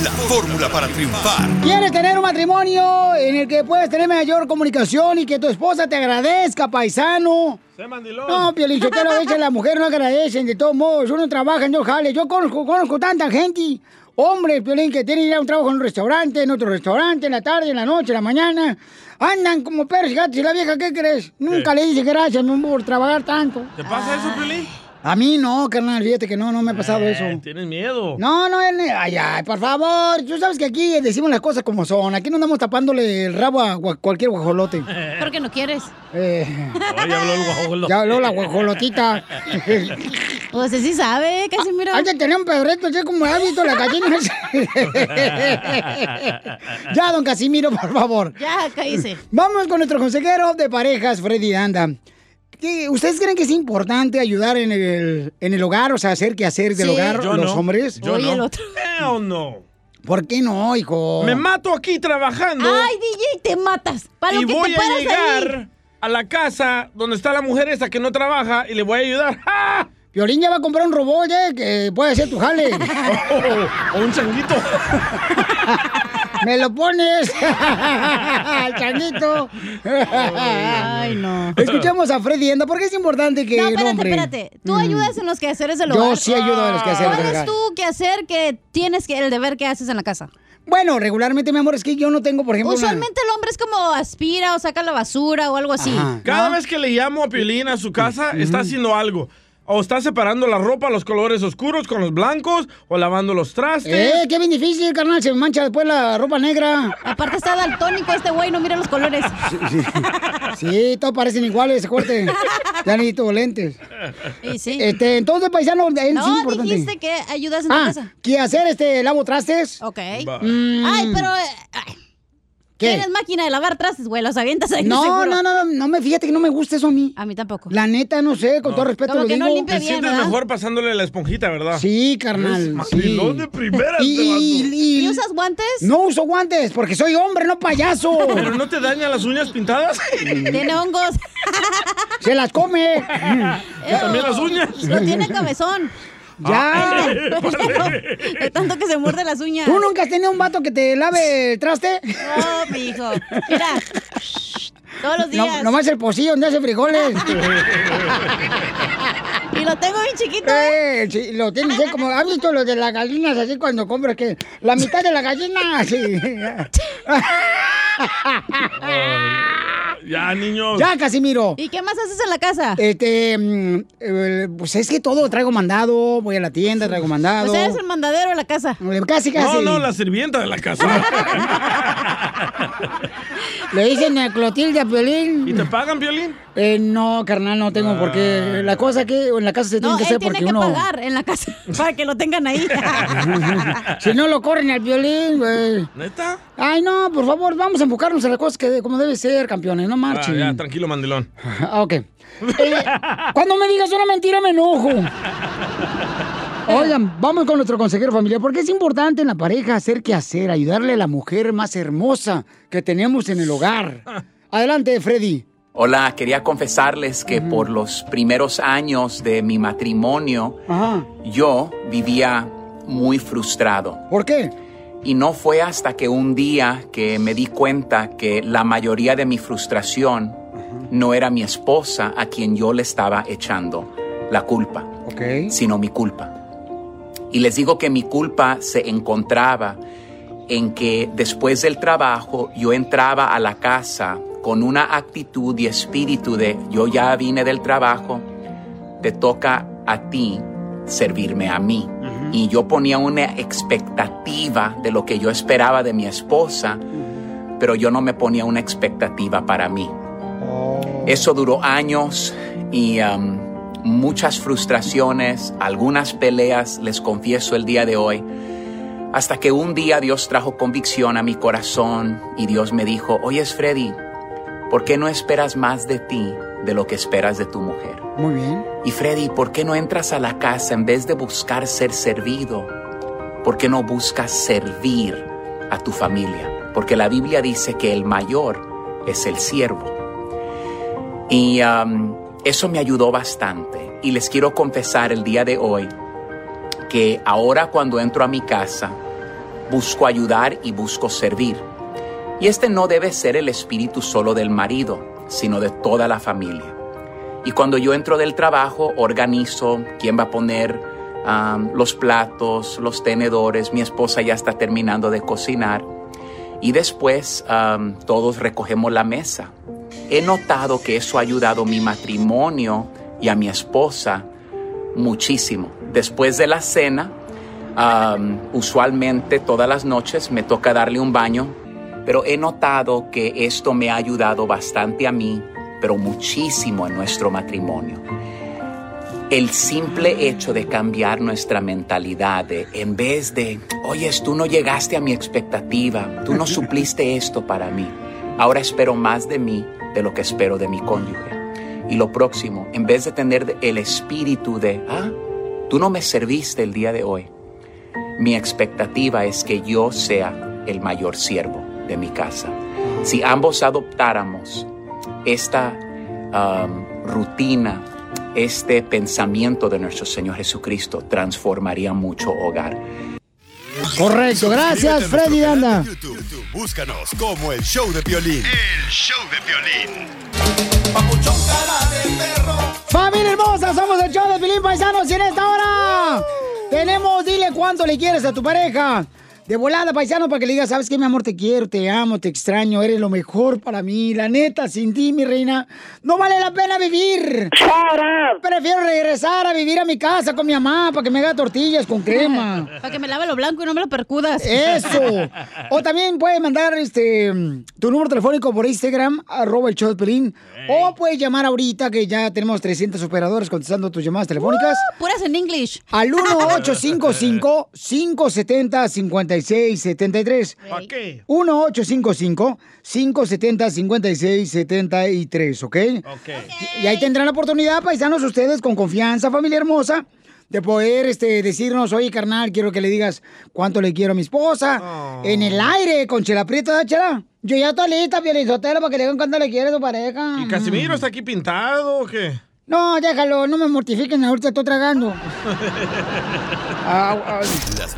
Speaker 6: la fórmula para triunfar.
Speaker 2: ¿Quieres tener un matrimonio en el que puedas tener mayor comunicación y que tu esposa te agradezca, paisano? No, Piolichotero, a veces las mujeres no agradecen, de todos modos, uno trabaja en dos jales. Yo conozco, conozco tanta gente, hombres, Piolín, que tienen que ir a un trabajo en un restaurante, en otro restaurante, en la tarde, en la noche, en la mañana. Andan como perros y gatos y la vieja, ¿qué crees? Nunca le dice gracias, mi amor, por trabajar tanto.
Speaker 3: ¿Te pasa eso, Piolín?
Speaker 2: A mí no, carnal, fíjate que no, no me ha pasado eso.
Speaker 3: Eh, Tienes miedo.
Speaker 2: No, no, él- ay, ay, por favor. Tú sabes que aquí decimos las cosas como son. Aquí no andamos tapándole el rabo a gua- cualquier guajolote.
Speaker 5: Porque no quieres.
Speaker 2: Eh,
Speaker 3: ya habló el guajolote.
Speaker 2: ya habló la guajolotita.
Speaker 5: Pues sí sabe, casi mira.
Speaker 2: Hay que tener un pedreto, así como hábito la gallina. ya, don Casimiro, por favor.
Speaker 5: Ya, cállese.
Speaker 2: Vamos con nuestro consejero de parejas, Freddy Anda. ¿Ustedes creen que es importante ayudar en el, en el hogar, o sea, hacer que hacer del
Speaker 3: Sí.
Speaker 2: hogar
Speaker 3: Yo
Speaker 2: los
Speaker 3: no.
Speaker 2: hombres?
Speaker 3: Yo Oye, no. el otro.
Speaker 2: o no? ¿Por qué no, hijo?
Speaker 3: Me mato aquí trabajando.
Speaker 5: Ay, DJ, te matas. Para lo
Speaker 3: y
Speaker 5: que
Speaker 3: voy
Speaker 5: te
Speaker 3: a
Speaker 5: paras
Speaker 3: llegar
Speaker 5: ahí.
Speaker 3: a la casa donde está la mujer esa que no trabaja y le voy a ayudar.
Speaker 2: Ah.
Speaker 3: ¡Ja!
Speaker 2: Piolín ya va a comprar un robot, ¿eh? Que puede ser tu jale. Oh, o un changuito. Me lo pones. El changuito. Ay, no. Escuchemos a Freddy Enda. ¿Por qué es importante que
Speaker 5: No,
Speaker 2: el
Speaker 5: Ah, espérate,
Speaker 2: hombre-
Speaker 5: espérate. Tú
Speaker 2: Mm.
Speaker 5: ayudas en los quehaceres del
Speaker 2: Yo
Speaker 5: hogar.
Speaker 2: sí ayudo en los quehaceres del
Speaker 5: ¿Cuál
Speaker 2: hogar.
Speaker 5: es tu quehacer que tienes que, el deber que haces en la casa?
Speaker 2: Bueno, regularmente, mi amor, es que yo no tengo, por ejemplo, una-
Speaker 5: Usualmente el hombre es como aspira o saca la basura o algo así.
Speaker 3: Cada vez que le llamo a Piolín a su casa,
Speaker 2: Mm.
Speaker 3: está haciendo algo. O está separando la ropa, los colores oscuros con los blancos, o lavando los trastes.
Speaker 2: Eh, qué bien difícil, carnal. Se me mancha después la ropa negra.
Speaker 5: Aparte está daltónico este güey, no mira los colores.
Speaker 2: Sí, todos parecen iguales, corte. Ya necesito lentes.
Speaker 5: Y sí.
Speaker 2: Este, entonces, paisano, es
Speaker 5: no,
Speaker 2: importante.
Speaker 5: dijiste que ayudas en tu
Speaker 2: Ah,
Speaker 5: casa.
Speaker 2: ¿qué hacer? Este, lavo trastes.
Speaker 5: Ok.
Speaker 2: Mm.
Speaker 5: Ay, pero... eh, ay.
Speaker 2: ¿Qué?
Speaker 5: Tienes máquina de lavar trastes, güey, los avientas ahí.
Speaker 2: No,
Speaker 5: seguro.
Speaker 2: no, no, no, no me fíjate que no me gusta eso a mí.
Speaker 5: A mí tampoco.
Speaker 2: La neta, no sé, con todo respeto
Speaker 5: Como
Speaker 2: lo
Speaker 5: que
Speaker 2: digo.
Speaker 5: no limpia
Speaker 3: Te sientes mejor pasándole la esponjita, ¿verdad?
Speaker 2: Sí, carnal,
Speaker 3: Es mandilón
Speaker 2: sí.
Speaker 3: de primera.
Speaker 2: Y-
Speaker 3: este vato.
Speaker 2: y-
Speaker 5: ¿Y usas guantes?
Speaker 2: No uso guantes porque soy hombre, no payaso.
Speaker 3: ¿Pero no te dañan las uñas pintadas?
Speaker 5: Tiene hongos.
Speaker 2: Se las come.
Speaker 3: Yo también las uñas.
Speaker 5: Eh, Lo tiene cabezón.
Speaker 2: Ya.
Speaker 5: De tanto que se muerde las uñas.
Speaker 2: ¿Tú nunca has tenido un vato que te lave el traste?
Speaker 5: No, mi hijo. Mira. Todos los días.
Speaker 2: No, nomás el pocillo donde hace frijoles.
Speaker 5: Y lo tengo bien chiquito,
Speaker 2: ¿eh? sí, lo tienes ¿eh? como, ¿has visto lo de las gallinas así cuando compras que la mitad de la gallina así?
Speaker 3: Ya, niños.
Speaker 2: ya, Casimiro.
Speaker 5: ¿Y qué más haces en la casa?
Speaker 2: Este, mm, eh, pues es que todo traigo mandado, voy a la tienda, traigo mandado. Eh,
Speaker 5: Pues eres el mandadero de la casa.
Speaker 2: Casi, casi. Ah,
Speaker 3: No, no, la sirvienta de la casa. Ah,
Speaker 2: Le dicen a Clotilde a Piolín.
Speaker 3: ¿Y te pagan, Piolín? Ah.
Speaker 2: Eh, no, carnal, no tengo por qué. La cosa que en la casa se tiene
Speaker 5: No,
Speaker 2: que
Speaker 5: él
Speaker 2: hacer
Speaker 5: tiene
Speaker 2: porque
Speaker 5: que
Speaker 2: uno.
Speaker 5: pagar en la casa para que lo tengan ahí.
Speaker 2: si no lo corren al violín, güey.
Speaker 3: ¿Neta?
Speaker 2: Ay, no, por favor, vamos a enfocarnos en las cosas que, como debe ser, campeones, no
Speaker 3: Ah,
Speaker 2: marchen.
Speaker 3: ya, tranquilo, mandilón.
Speaker 2: Ah, ok. Eh, cuando me digas una mentira, me enojo. Oigan, vamos con nuestro consejero familiar, porque es importante en la pareja hacer qué hacer, ayudarle a la mujer más hermosa que tenemos en el hogar. Adelante, Freddy.
Speaker 21: Hola, quería confesarles que por los primeros años de mi matrimonio,
Speaker 2: Ajá.
Speaker 21: yo vivía muy frustrado.
Speaker 2: ¿Por qué?
Speaker 21: Y no fue hasta que un día que me di cuenta que la mayoría de mi frustración no era mi esposa a quien yo le estaba echando la culpa, sino mi culpa. Y les digo que mi culpa se encontraba en que después del trabajo yo entraba a la casa con una actitud y espíritu de yo ya vine del trabajo, te toca a ti servirme a mí. Y yo ponía una expectativa de lo que yo esperaba de mi esposa, pero yo no me ponía una expectativa para mí. Eso duró años y um, muchas frustraciones, algunas peleas, les confieso el día de hoy, hasta que un día Dios trajo convicción a mi corazón y Dios me dijo, oye Freddy, ¿por qué no esperas más de ti de lo que esperas de tu mujer?
Speaker 2: Muy bien.
Speaker 21: Y Freddy, ¿por qué no entras a la casa en vez de buscar ser servido? ¿Por qué no buscas servir a tu familia? Porque la Biblia dice que el mayor es el siervo. Y um, Eso me ayudó bastante y les quiero confesar el día de hoy que ahora cuando entro a mi casa busco ayudar y busco servir. Y este no debe ser el espíritu solo del marido, sino de toda la familia. Y cuando yo entro del trabajo, organizo quién va a poner um, los platos, los tenedores. Mi esposa ya está terminando de cocinar. Y después um, todos recogemos la mesa. He notado que eso ha ayudado a mi matrimonio y a mi esposa muchísimo. Después de la cena, um, usualmente todas las noches me toca darle un baño, pero he notado que esto me ha ayudado bastante a mí pero muchísimo en nuestro matrimonio. El simple hecho de cambiar nuestra mentalidad, de, en vez de, oyes, tú no llegaste a mi expectativa, tú no supliste esto para mí, ahora espero más de mí de lo que espero de mi cónyuge. Y lo próximo, en vez de tener el espíritu de, ah, tú no me serviste el día de hoy, mi expectativa es que yo sea el mayor siervo de mi casa. Si ambos adoptáramos esta um, rutina, este pensamiento de nuestro Señor Jesucristo transformaría mucho hogar.
Speaker 2: Correcto, gracias
Speaker 6: Suscríbete a
Speaker 2: Freddy
Speaker 6: nuestro
Speaker 2: Anda.
Speaker 6: YouTube, búscanos como el show de violín. El show de violín.
Speaker 2: Familia hermosa, somos el show de Filín Paisanos y en esta hora tenemos, dile cuánto le quieres a tu pareja. De volada, paisano, para que le digas, sabes qué, mi amor, te quiero, te amo, te extraño, eres lo mejor para mí. La neta, sin ti, mi reina, no vale la pena vivir. Prefiero regresar a vivir a mi casa con mi mamá para que me haga tortillas con crema.
Speaker 5: Para que me lave lo blanco y no me lo percudas.
Speaker 2: Eso. O también puedes mandar este tu número telefónico por Instagram, arroba el show de Pelín. O puedes llamar ahorita, que ya tenemos 300 operadores contestando tus llamadas telefónicas.
Speaker 5: puras en English.
Speaker 2: Al 1-855-570-5673.
Speaker 3: ¿Para qué?
Speaker 2: 1-855-570-5673, ¿ok? Y ahí tendrán la oportunidad, paisanos, ustedes con confianza, familia hermosa, de poder este, decirnos, oye, carnal, quiero que le digas cuánto le quiero a mi esposa. En el
Speaker 3: Ah.
Speaker 2: aire, con Chela Prieto, ¿verdad, Chela? Yo ya estoy lista, Pielizotelo, para que le digan cuánto le quiere a tu pareja.
Speaker 3: ¿Y Casimiro está aquí pintado o qué?
Speaker 2: No, déjalo, no me mortifiquen, ahorita estoy tragando. Au, au.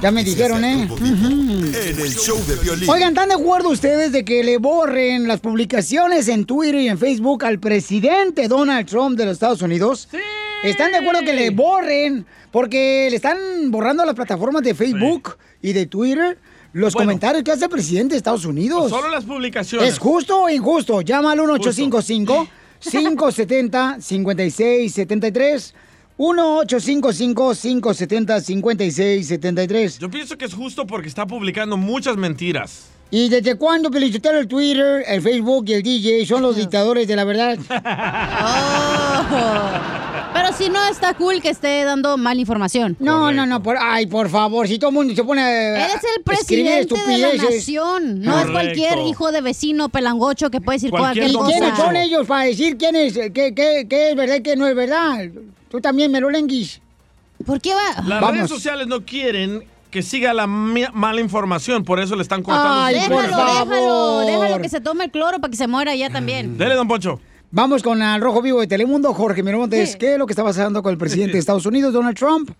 Speaker 2: ya me dijeron, ¿eh? Ujú.
Speaker 6: En el show de violín.
Speaker 2: Oigan, ¿están de acuerdo ustedes de que le borren las publicaciones en Twitter y en Facebook al presidente Donald Trump de los Estados Unidos? ¿Están de acuerdo que le borren? Porque le están borrando las plataformas de Facebook y de Twitter los comentarios que hace el presidente de Estados Unidos.
Speaker 3: Solo las publicaciones.
Speaker 2: ¿Es justo o injusto? Llama al 1-855-570-5673. 1-855-570-5673.
Speaker 3: Yo pienso que es justo porque está publicando muchas mentiras.
Speaker 2: ¿Y desde cuándo, Pelichotero, el Twitter, el Facebook y el DJ son los dictadores de la verdad?
Speaker 5: Pero si no Oh. está cool que esté dando mala información.
Speaker 2: No, no, no. por- ay, por favor, si todo el mundo se pone. a
Speaker 5: Eres el
Speaker 2: escribir
Speaker 5: presidente de la
Speaker 2: estupideces.
Speaker 5: nación. No es cualquier hijo de vecino pelangocho que puede decir cualquier,
Speaker 2: ¿Y quiénes
Speaker 5: cosa.
Speaker 2: son ellos para decir quién es, qué, qué- qué es verdad y qué no es verdad? Tú también me lo lenguis.
Speaker 5: ¿Por qué va?
Speaker 3: Las redes sociales no quieren que siga la mi- mala información, por eso le están cortando
Speaker 5: Ay,
Speaker 3: sus
Speaker 5: déjalo,
Speaker 3: cuerdas.
Speaker 5: déjalo, déjalo
Speaker 2: favor.
Speaker 5: que se tome el cloro para que se muera ya también.
Speaker 3: Dele, don Poncho.
Speaker 2: Vamos con el Rojo Vivo de Telemundo, Jorge Miramontes. ¿Qué es lo que está pasando con el presidente de Estados Unidos, Donald Trump?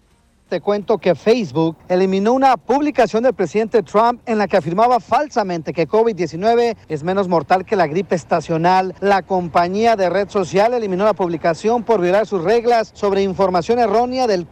Speaker 7: Te cuento que Facebook eliminó una publicación del presidente Trump en la que afirmaba falsamente que COVID-19 es menos mortal que la gripe estacional. La compañía de red social eliminó la publicación por violar sus reglas sobre información errónea del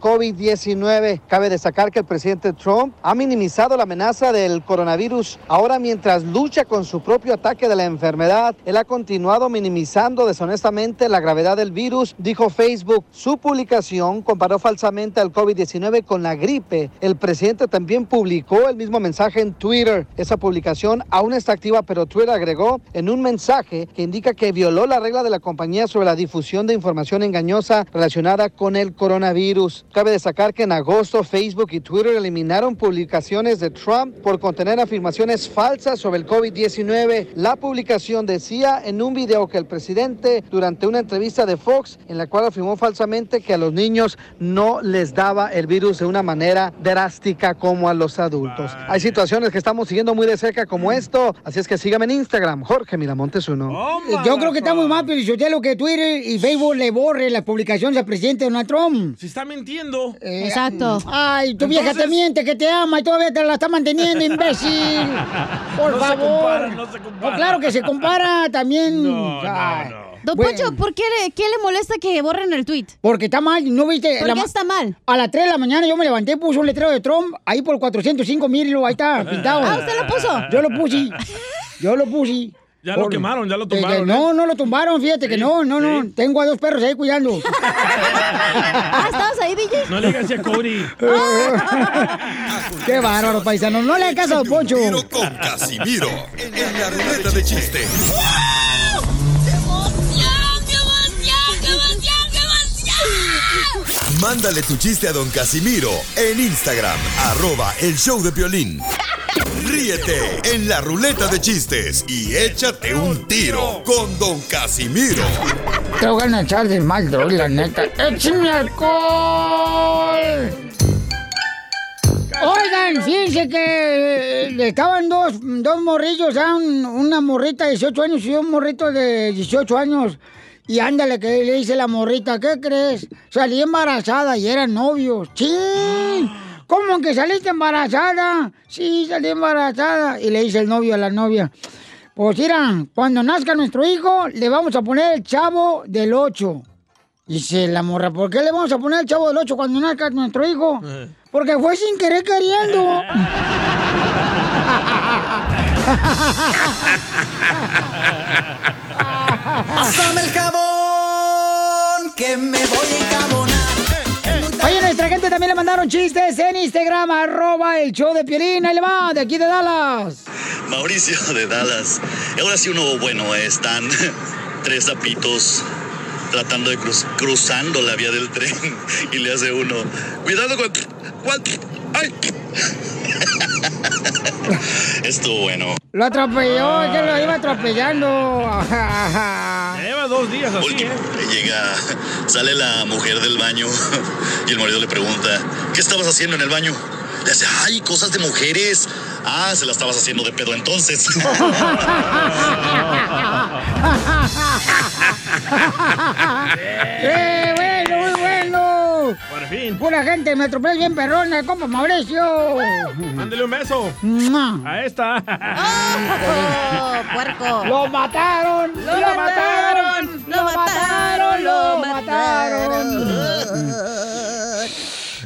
Speaker 7: COVID-19. Cabe destacar que el presidente Trump ha minimizado la amenaza del coronavirus. Ahora, mientras lucha con su propio ataque de la enfermedad, él ha continuado minimizando deshonestamente la gravedad del virus, dijo Facebook. Su publicación comparó falsamente al COVID-19 con la gripe. El presidente también publicó el mismo mensaje en Twitter. Esa publicación aún está activa, pero Twitter agregó en un mensaje que indica que violó la regla de la compañía sobre la difusión de información engañosa relacionada con el coronavirus. Cabe destacar que en agosto Facebook y Twitter eliminaron publicaciones de Trump por contener afirmaciones falsas sobre el COVID-19. La publicación decía en un video que el presidente, durante una entrevista de Fox, en la cual afirmó falsamente que a los niños no les daba el virus virus de una manera drástica como a los adultos. Hay situaciones que estamos siguiendo muy de cerca como esto, así es que sígame en Instagram, Jorge Miramontes uno.
Speaker 2: Eh, Yo creo que está muy mal, pero yo lo que Twitter y Facebook le borre las publicaciones al presidente Donald Trump.
Speaker 3: Se está mintiendo.
Speaker 2: Exacto. Ay, tu vieja te miente que te ama y todavía te la está manteniendo, imbécil. Por
Speaker 3: No se
Speaker 2: favor.
Speaker 3: compara, no se compara.
Speaker 2: No, claro que se compara también.
Speaker 3: No, no,
Speaker 2: Ay,
Speaker 5: Don
Speaker 2: bueno.
Speaker 5: Poncho, ¿por qué le, qué le molesta que borren el tweet?
Speaker 2: Porque está mal, ¿no viste?
Speaker 5: ¿Por qué está
Speaker 2: mal? A las 3 de la mañana yo me levanté, puse un letrero de Trump, ahí por 405 mil, ahí está, pintado.
Speaker 3: Ah, ¿usted lo puso?
Speaker 2: Yo lo puse, yo lo puse.
Speaker 3: Ya lo
Speaker 2: Por-
Speaker 3: quemaron, ya lo
Speaker 2: Desde-
Speaker 3: tumbaron. ¿eh?
Speaker 2: no, no lo tumbaron, fíjate que no, no, no. Tengo a dos perros ahí cuidando.
Speaker 5: Ah, ¿estabas ahí, DJ?
Speaker 3: No le digas a Cody.
Speaker 2: Qué bárbaro, paisano. No le hagas caso a Don Poncho.
Speaker 6: Con Casimiro en la ruleta de chiste. Mándale tu chiste a don Casimiro en Instagram, arroba el show de Piolín. Ríete en la ruleta de chistes y échate un tiro con don Casimiro.
Speaker 2: Te voy a echar de mal, droga, la neta. ¡Échame alcohol! Oigan, fíjense que eh, le estaban dos, dos morrillos, a un- una morrita de 18 años y un morrito de 18 años. Y ándale, que le dice la morrita, ¿qué crees? Salí embarazada y eran novios. ¡Sí! ¿Cómo que saliste embarazada? Sí, salí embarazada. Y le dice el novio a la novia, pues mira, cuando nazca nuestro hijo, le vamos a poner el chavo del 8. Dice la morra, ¿por qué le vamos a poner el chavo del 8 cuando nazca nuestro hijo?
Speaker 3: Eh.
Speaker 2: Porque fue sin querer queriendo.
Speaker 1: Pásame el jabón, que me voy a encabonar.
Speaker 2: Eh, Oye, nuestra gente también le mandaron chistes en Instagram, arroba el show de Piolín. Ahí le va, de aquí de Dallas.
Speaker 4: Mauricio de Dallas. Y Ahora sí uno bueno, eh, están tres zapitos tratando de cruz- cruzando la vía del tren y le hace uno, cuidado con... ¿cuál? ¡Ay! Estuvo bueno.
Speaker 2: Lo
Speaker 3: Ah.
Speaker 2: atropelló, es que lo iba atropellando.
Speaker 3: Lleva dos días así, ¿eh?
Speaker 4: Llega, sale la mujer del baño y el marido le pregunta, ¿qué estabas haciendo en el baño? Le hace, ay, cosas de mujeres. Ah, se la estabas haciendo de pedo entonces.
Speaker 2: ¡Eh, bueno, muy bueno!
Speaker 3: Por fin.
Speaker 2: Pura gente, me atropelló bien perrona, compa Mauricio.
Speaker 3: Mándele un beso. A esta.
Speaker 2: Oh,
Speaker 1: Ah.
Speaker 2: puerco! ¡Lo mataron! ¡Lo, mataron! ¡Lo mataron! ¡Lo mataron!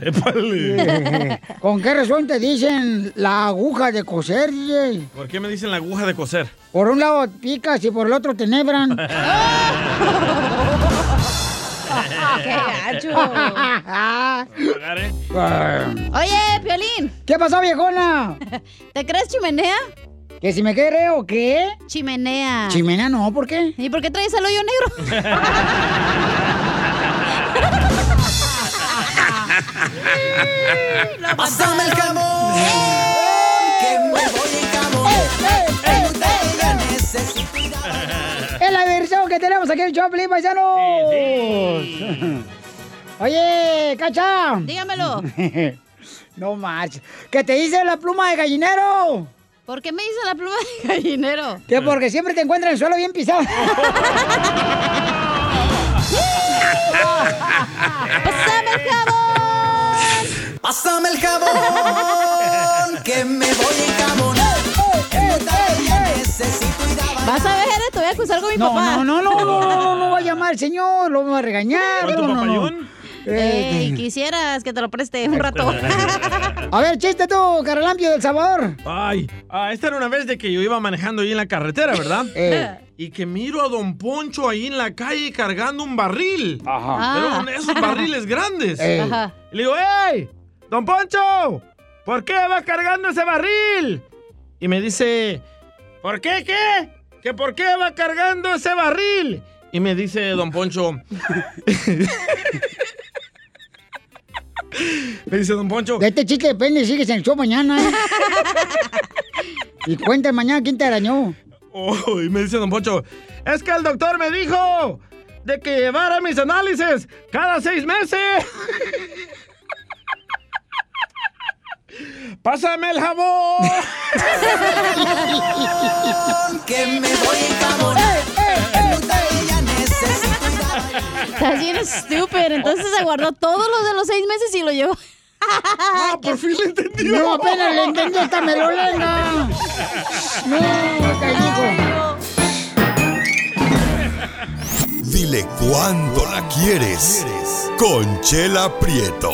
Speaker 3: Épale.
Speaker 2: ¿Con qué razón te dicen la aguja de coser, DJ?
Speaker 3: ¿Por qué me dicen la aguja de coser?
Speaker 2: Por un lado picas y por el otro te nebran.
Speaker 5: ¡Qué
Speaker 2: Ah. Ay.
Speaker 5: Oye, Piolín.
Speaker 2: ¿Qué pasó, viejona?
Speaker 5: ¿Te crees chimenea?
Speaker 2: ¿Que si me creo qué?
Speaker 5: Chimenea.
Speaker 2: Chimena no, ¿por qué?
Speaker 5: ¿Y por qué traes el hoyo negro?
Speaker 1: Pásame el jabón, que me voy a encabonar. En un día necesito ir a-
Speaker 2: Es la versión que tenemos aquí en el Choplin, paisanos. Oye, cacha.
Speaker 5: Dígamelo.
Speaker 2: no más. ¿Qué te dice la pluma de gallinero?
Speaker 5: ¿Por qué me hizo la pluma de gallinero?
Speaker 2: Que porque siempre te encuentras en el suelo bien pisado.
Speaker 1: Pásame el jabón. Pásame el jabón, que me voy a encabonar. En un día necesito ir a-
Speaker 5: Vas a ver, Jared, te voy a acusar con mi
Speaker 2: No,
Speaker 5: papá.
Speaker 2: no, no, no, no, no, no, no va a llamar al señor, lo va a regañar.
Speaker 5: ¿Cuánto
Speaker 2: no, no, no.
Speaker 5: papayón?
Speaker 2: Eh,
Speaker 5: Ey, quisieras que te lo preste un rato.
Speaker 2: A ver, chiste tú, Caralampio del Salvador.
Speaker 3: Ay, ah, esta era una vez de que yo iba manejando ahí en la carretera, ¿verdad?
Speaker 2: Eh.
Speaker 3: Y que miro a Don Poncho ahí en la calle cargando un barril.
Speaker 2: Ajá.
Speaker 3: Pero
Speaker 2: Ah.
Speaker 3: con esos barriles grandes.
Speaker 2: Ey. Ajá.
Speaker 3: Y le digo, ¡Ey! ¡Don Poncho! ¿Por qué vas cargando ese barril? Y me dice, ¿por qué qué? ¿Que por qué va cargando ese barril? Y me dice Don Poncho. me dice Don Poncho.
Speaker 2: De este chiste depende, sigues en el show mañana. ¿eh? y cuenta mañana quién te arañó.
Speaker 3: Oh, y me dice Don Poncho, es que el doctor me dijo de que llevara mis análisis cada seis meses. ¡Pásame el jabón!
Speaker 1: que me voy a encabonar.
Speaker 5: Estás bien stupid. Entonces se guardó todos los de los seis meses y lo llevó. Ah,
Speaker 3: por fin le entendió.
Speaker 2: No, apenas le entendí esta melolena. No, te digo.
Speaker 6: Dile cuánto la quieres. Conchela Prieto.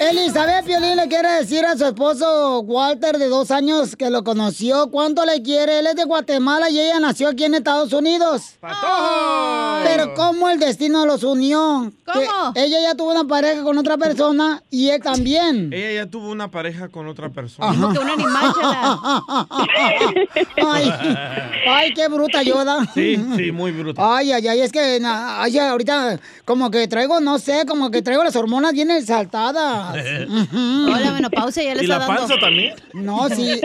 Speaker 2: Elizabeth Piolín le quiere decir a su esposo Walter de dos años que lo conoció cuánto le quiere. Él es de Guatemala y ella nació aquí en Estados Unidos. Pero cómo el destino los unió.
Speaker 3: ¿Cómo?
Speaker 2: Que ella ya tuvo una pareja con otra persona y él también.
Speaker 3: Ella ya tuvo una pareja con otra persona.
Speaker 2: Ajá. ay, ay, qué bruta Yoda.
Speaker 3: Sí, sí, muy brutal.
Speaker 2: Ay, ay, ay, es que na- ay, ahorita como que traigo, no sé, como que traigo las hormonas bien exaltadas. Ujú.
Speaker 5: Oh, la menopausia ya le
Speaker 2: ¿Y
Speaker 5: está
Speaker 2: la
Speaker 5: dando.
Speaker 2: panza también? No, sí.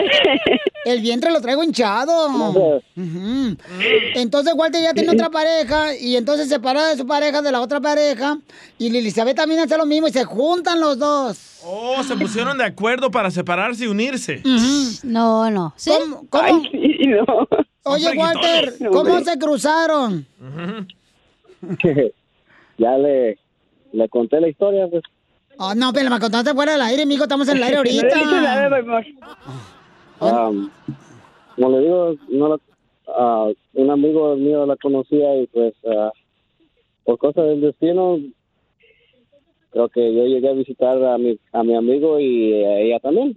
Speaker 2: El vientre lo traigo hinchado. Ujú. Entonces Walter ya tiene otra pareja y entonces se para de su pareja de la otra pareja y Elizabeth también hace lo mismo y se juntan los dos.
Speaker 3: Oh, se pusieron de acuerdo para separarse y unirse.
Speaker 5: No, no. ¿Sí?
Speaker 2: ¿Cómo? cómo? Oye,
Speaker 3: Son
Speaker 2: Walter,
Speaker 3: freguitones.
Speaker 2: ¿cómo se cruzaron?
Speaker 9: ya le, le conté la historia, pues.
Speaker 2: Ah, no, pero me contaste fuera del aire, mijo, estamos en el aire
Speaker 9: Dale,
Speaker 2: ahorita.
Speaker 9: Am, como le digo, no la- ah, un amigo mío la conocía y pues ah, por cosas del destino creo que yo llegué a visitar a mi, a mi amigo y a ella también.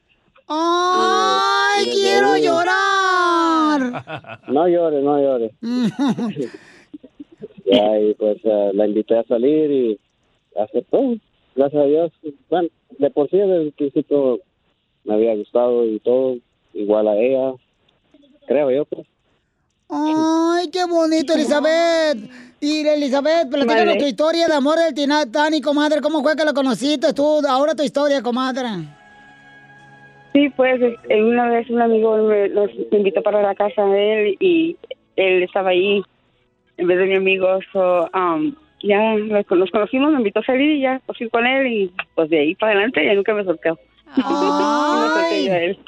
Speaker 2: ¡Ay, quiero llorar!
Speaker 9: no llores, no llores. Ya, y pues ah, la invité a salir y aceptó. Gracias a Dios. Bueno, de por sí desde el principio me había gustado y todo, igual a ella, creo yo. Pues.
Speaker 2: ¡Ay, qué bonito, Elizabeth! Y Elizabeth, platícanos
Speaker 9: Vale.
Speaker 2: tu historia de amor del Tinatani, comadre. ¿Cómo fue que lo conociste tú? Ahora tu historia, comadre.
Speaker 22: Sí, pues eh, una vez un amigo me, los me invitó para la casa de él y él estaba ahí en vez de mi amigo. So, um, ya los, nos conocimos, me invitó a salir y ya pues, fui con él y pues de ahí para adelante ya nunca me soltó. No me solté yo a él.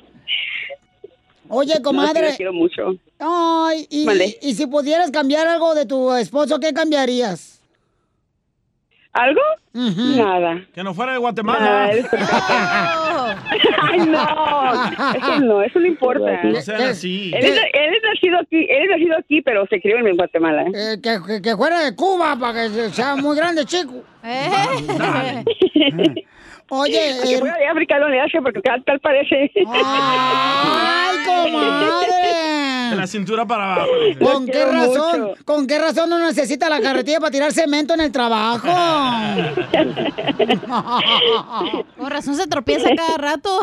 Speaker 2: Oye,
Speaker 22: No, sí,
Speaker 2: comadre.
Speaker 22: lo quiero mucho.
Speaker 2: Ay, y,
Speaker 22: Mande.
Speaker 2: y si pudieras cambiar algo de tu esposo, ¿qué cambiarías?
Speaker 22: ¿Algo?
Speaker 3: Nada. Que no fuera
Speaker 22: Nada,
Speaker 3: de Guatemala.
Speaker 22: él es
Speaker 2: Oh.
Speaker 22: Ay, no, eso no, eso no importa.
Speaker 3: No sean así.
Speaker 22: Él es, él es nacido aquí, él es nacido aquí, pero se crió en Guatemala.
Speaker 2: Eh, que, que- que fuera de Cuba para que se- sea muy grande, chico. Oye,
Speaker 22: Eh. que
Speaker 2: eh,
Speaker 22: fuera de África no le hace porque tal, tal parece.
Speaker 2: Ah, Ay,
Speaker 3: De
Speaker 2: comadre.
Speaker 3: la cintura para abajo.
Speaker 2: ¿Con qué razón? ¿Con qué razón no necesita la carretilla para tirar cemento en el trabajo?
Speaker 5: Con razón se tropieza cada rato.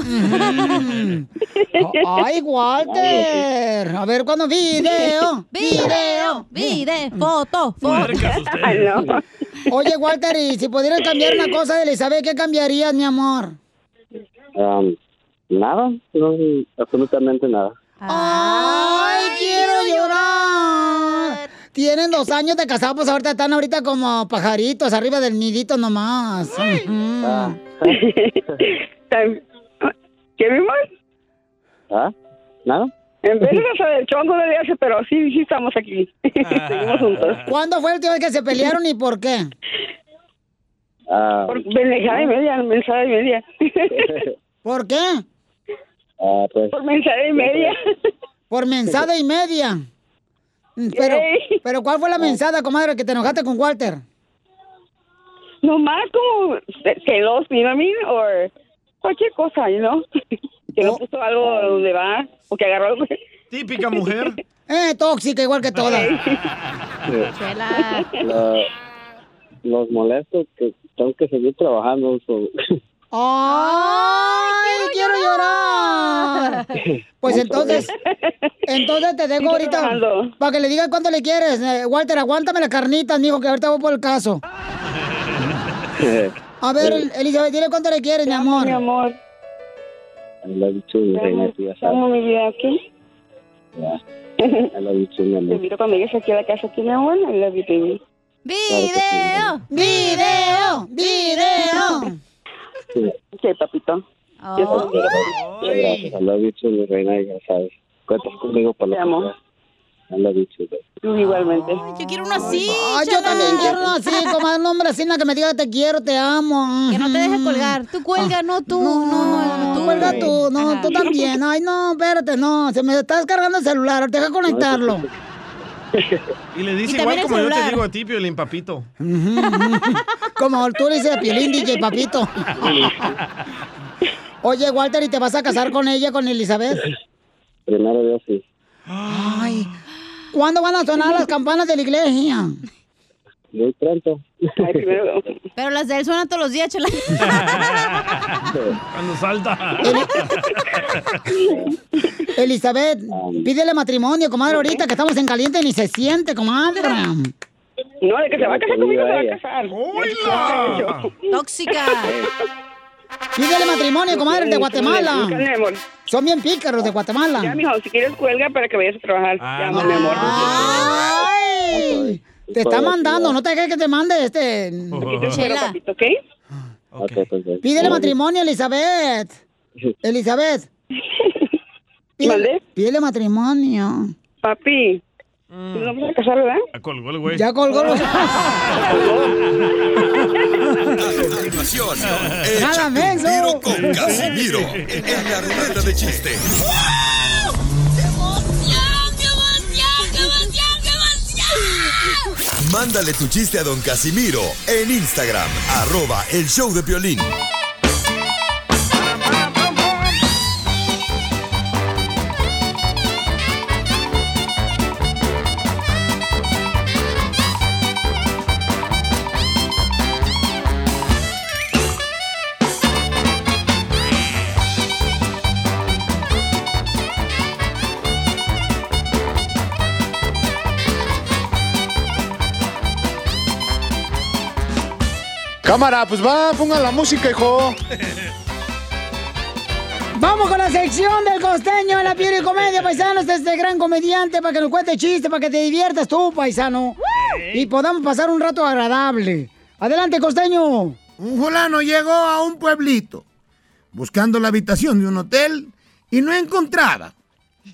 Speaker 2: Ay, Walter. A ver, ¿cuándo? Video. Video. Video. Foto. Foto. Oye, Walter, y si pudieras cambiar una cosa de Elizabeth, ¿qué cambiarías, mi amor?
Speaker 9: Am, nada, no, absolutamente nada.
Speaker 2: ¡Ay, quiero llorar! Tienen dos años de casados, pues ahorita están ahorita como pajaritos arriba del nidito nomás. Ujú.
Speaker 22: Tan- ¿Qué mi amor?
Speaker 9: ¿Ah? ¿Nada?
Speaker 22: En vez de eso del chongo no le hace, pero sí, sí estamos aquí. Seguimos
Speaker 5: Ah.
Speaker 22: juntos.
Speaker 2: ¿Cuándo fue el tío que se pelearon y por qué?
Speaker 9: Ah,
Speaker 22: Por mensada y media, mensada y media.
Speaker 2: ¿Por qué?
Speaker 9: ah, pues,
Speaker 22: Por mensada y media.
Speaker 2: Por mensada y media. Mm, Pero, pero ¿cuál
Speaker 22: Oh.
Speaker 2: fue la mensada, comadre, que te enojaste con Walter?
Speaker 22: Nomás como celos, you know what I mean? Or cualquier cosa, you know? Que no puso algo donde va, o que agarró algo.
Speaker 3: Oh. Típica mujer.
Speaker 2: Eh, tóxica, igual que todas.
Speaker 9: la- los molesto que tengo que seguir trabajando. so-
Speaker 2: ¡Ay, quiero llorar! Pues entonces, entonces te dejo ahorita
Speaker 22: trabajando.
Speaker 2: para que le digas cuánto le quieres. Eh, Walter, aguántame la carnita, amigo, que ahorita voy por el caso. A ver, Elizabeth, dile cuánto le quieres, mi amor. Mi
Speaker 22: amor.
Speaker 9: I love you too, reina, tú ya sabes.
Speaker 22: Vamos, mi vida, aquí.
Speaker 9: Yeah. I love you too, mi
Speaker 22: Te
Speaker 9: amor.
Speaker 22: miro cuando llegues aquí a la casa, aquí, mi amor. I love you, baby.
Speaker 5: ¡Video! ¡Video! ¡Video!
Speaker 9: Sí,
Speaker 22: Sí, papito.
Speaker 5: Oh.
Speaker 9: gracias. I love you too, mi reina, ya sabes. Cuentas conmigo para
Speaker 22: Te
Speaker 9: la
Speaker 22: amo.
Speaker 9: I love you too, babe.
Speaker 22: Igualmente.
Speaker 5: Yo quiero uno así.
Speaker 2: Ay, yo también quiero uno así, comadre, un hombre así en la que me diga te quiero, te amo. Que no te dejes colgar. Tú cuelga, no tú. No, no, no. tú cuelga tú, no, tú también. Ay, no, espérate, no. Se me está descargando el celular, deja conectarlo.
Speaker 3: Y le
Speaker 2: Y
Speaker 3: dice
Speaker 2: también
Speaker 3: igual
Speaker 2: el
Speaker 3: como yo te
Speaker 2: celular.
Speaker 3: digo a ti, Piolín Papito.
Speaker 2: Como tú le dices a Piolín, DJ Papito. Oye, Walter, ¿y te vas a casar con ella, con Elizabeth?
Speaker 9: Primero Dios, sí.
Speaker 2: Ay. ¿Cuándo van a sonar las campanas de la iglesia?
Speaker 9: Muy pronto.
Speaker 5: Pero las de él suenan todos los días, chela.
Speaker 3: Cuando salta.
Speaker 2: Elizabeth, pídele matrimonio, comadre, ahorita que estamos en caliente ni se siente, comadre.
Speaker 22: No, de que se va a casar conmigo, se va a casar.
Speaker 5: Tóxica.
Speaker 2: Pídele matrimonio, comadre, de Guatemala.
Speaker 22: Mi amor.
Speaker 2: Son bien pícaros de
Speaker 22: Ya,
Speaker 2: Guatemala.
Speaker 22: mijo, si quieres cuelga para que vayas a trabajar. ya, mi amor.
Speaker 3: Ah.
Speaker 2: Ay, te está mandando, no te dejes que te mande este.
Speaker 22: Chela.
Speaker 9: Ok, pues, bien.
Speaker 2: Pídele matrimonio, Elizabeth. Elizabeth. Pídele, pídele matrimonio.
Speaker 22: Papi, nos vamos a casar, ¿verdad?
Speaker 3: Ya colgó el güey.
Speaker 2: Ya colgó los.
Speaker 6: Continuación,
Speaker 2: Nada menos.
Speaker 6: con Casimiro en la ruleta de chistes.
Speaker 9: Mándale tu chiste a don Casimiro en Instagram, arroba el show de violín.
Speaker 10: Cámara, pues va, ponga la música, hijo.
Speaker 2: Vamos con la sección del costeño en la piel y comedia, paisanos, de este gran comediante, para que nos cuente chistes, para que te diviertas tú, paisano. Y podamos pasar un rato agradable. Adelante, costeño.
Speaker 10: Un fulano llegó a un pueblito buscando la habitación de un hotel y no encontraba.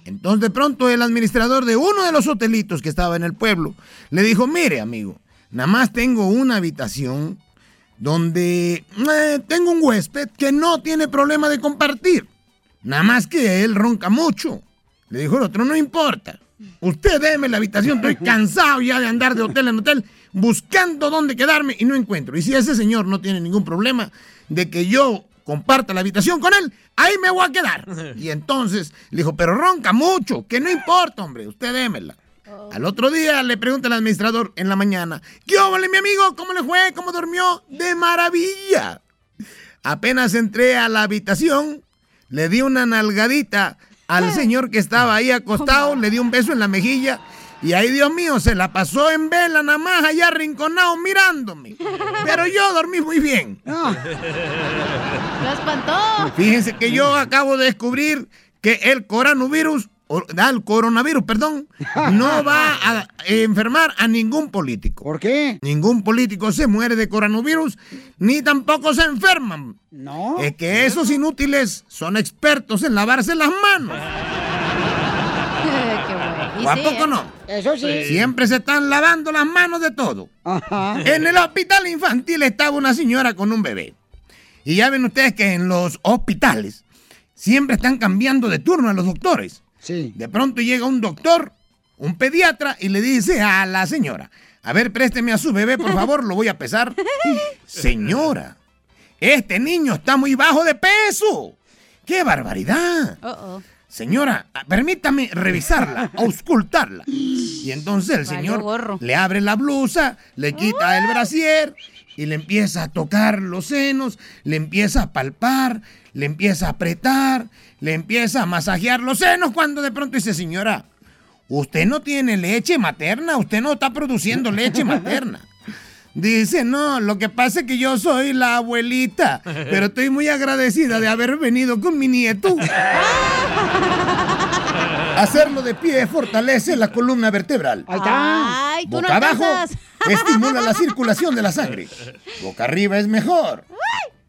Speaker 10: Entonces de pronto el administrador de uno de los hotelitos que estaba en el pueblo le dijo, mire amigo, nada más tengo una habitación donde eh, tengo un huésped que no tiene problema de compartir. Nada más que él ronca mucho. Le dijo el otro, no importa. Usted déme la habitación, estoy cansado ya de andar de hotel en hotel buscando dónde quedarme y no encuentro. Y si ese señor no tiene ningún problema de que yo comparta la habitación con él, ahí me voy a quedar. Y entonces le dijo, pero ronca mucho, que no importa, hombre, usted démela. Al otro día le pregunta el administrador en la mañana, ¿qué óvole, mi amigo? ¿Cómo le fue? ¿Cómo durmió? De maravilla. Apenas entré a la habitación, le di una nalgadita al señor que estaba ahí acostado, le di un beso en la mejilla y ahí, Dios mío, se la pasó en vela nada más allá arrinconado mirándome. Pero yo dormí muy bien.
Speaker 5: Lo espantó.
Speaker 10: Fíjense que yo acabo de descubrir que el coronavirus, o- ah, el coronavirus, perdón, no va a enfermar a ningún político.
Speaker 2: ¿Por qué?
Speaker 10: Ningún político se muere de coronavirus, ni tampoco se enferman.
Speaker 2: No.
Speaker 10: Es que esos inútiles son expertos en lavarse las manos. ¿O a poco eh? no?
Speaker 2: Eso ¿eh? sí.
Speaker 10: Siempre se están lavando las manos de todo. En el hospital infantil estaba una señora con un bebé. Y ya ven ustedes que en los hospitales siempre están cambiando de turno a los doctores. De pronto llega un doctor, un pediatra, y le dice a la señora, a ver, présteme a su bebé, por favor, lo voy a pesar. Señora, este niño está muy bajo de peso. ¡Qué barbaridad! Señora, permítame revisarla, auscultarla. Y entonces el
Speaker 11: Valió
Speaker 10: señor
Speaker 11: gorro.
Speaker 10: le abre la blusa, le quita el brasier y le empieza a tocar los senos, le empieza a palpar, le empieza a apretar, le empieza a masajear los senos cuando de pronto dice, señora, usted no tiene leche materna, usted no está produciendo leche materna. Dice, no, lo que pasa es que yo soy la abuelita, pero estoy muy agradecida de haber venido con mi nieto. Hacerlo de pie fortalece la columna vertebral.
Speaker 2: Ahí está.
Speaker 5: Ay, tú
Speaker 10: Boca
Speaker 5: no
Speaker 10: abajo
Speaker 5: alcanzas.
Speaker 10: estimula la circulación de la sangre. Boca arriba es mejor.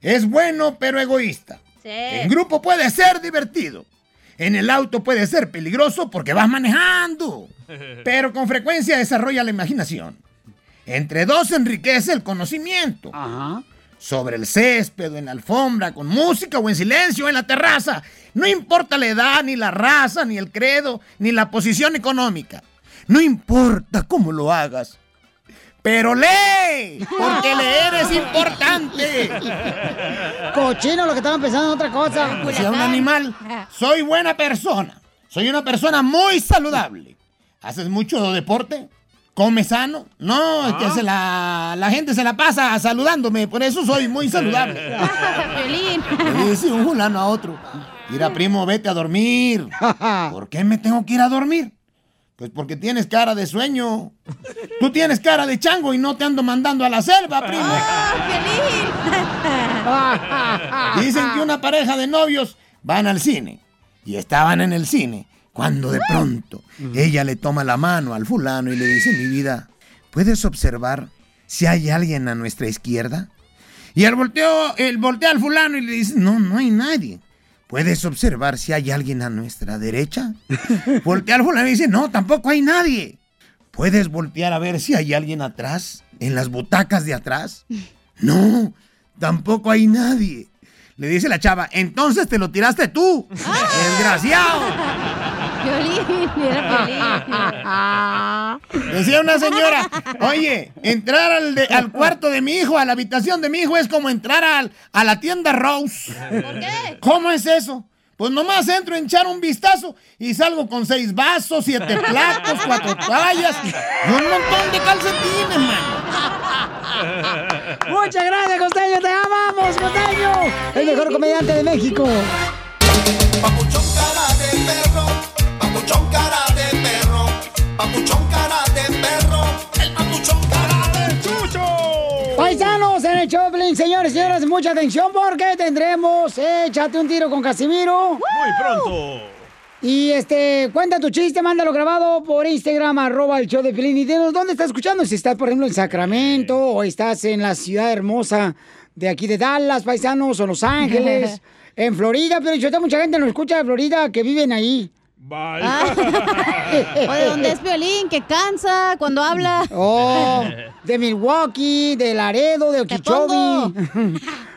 Speaker 10: Es bueno pero egoísta.
Speaker 1: Eh.
Speaker 10: En grupo puede ser divertido. En el auto puede ser peligroso porque vas manejando. Pero con frecuencia desarrolla la imaginación. Entre dos enriquece el conocimiento. Sobre el césped, en la alfombra, con música o en silencio, en la terraza. No importa la edad, ni la raza, ni el credo, ni la posición económica. No importa cómo lo hagas. Pero lee, porque leer es importante.
Speaker 2: Cochino, lo que estaba pensando en otra cosa.
Speaker 10: Aunque sea un animal, soy buena persona. Soy una persona muy saludable. ¿Haces mucho deporte? ¿Comes sano? No, es que se la, la gente se la pasa saludándome, por eso soy muy saludable. Le dice un fulano a otro, mira primo, vete a dormir. ¿Por qué me tengo que ir a dormir? Pues porque tienes cara de sueño. Tú tienes cara de chango y no te ando mandando a la selva, primo. Dicen que una pareja de novios van al cine. Y estaban en el cine cuando de pronto ella le toma la mano al fulano y le dice, mi vida, ¿puedes observar si hay alguien a nuestra izquierda? Y él, volteó, él voltea al fulano y le dice, no, no hay nadie. ¿Puedes observar si hay alguien a nuestra derecha? Voltea al fulano y dice, no, tampoco hay nadie. ¿Puedes voltear a ver si hay alguien atrás? ¿En las butacas de atrás? No, tampoco hay nadie. Le dice la chava, entonces te lo tiraste tú. Desgraciado. Decía una señora, oye, entrar al, de- al cuarto de mi hijo, a la habitación de mi hijo, es como entrar al- a la tienda Rose. ¿Por qué? ¿Cómo es eso? Pues nomás entro a echar un vistazo y salgo con seis vasos, siete platos, cuatro toallas y un montón de calcetines, mano.
Speaker 2: Muchas gracias, Costeño. Te amamos, Costeño. El mejor comediante de México.
Speaker 1: Papuchón cara de perro, papuchón cara de perro, el papuchón cara de chucho.
Speaker 2: Paisanos en el Choplin, señores y señoras, mucha atención porque tendremos Échate un tiro con Casimiro.
Speaker 3: Muy pronto.
Speaker 2: Y este, cuenta tu chiste, mándalo grabado por Instagram, arroba el show de Pilín. Y dinos dónde estás escuchando, si estás, por ejemplo, en Sacramento, o estás en la ciudad hermosa de aquí de Dallas, paisanos, o Los Ángeles, en Florida, pero yo mucha gente nos escucha de Florida que viven ahí.
Speaker 5: Ah. ¿O de dónde es Piolín? Que cansa cuando habla.
Speaker 2: Oh, de Milwaukee, de Laredo, de Okeechobee.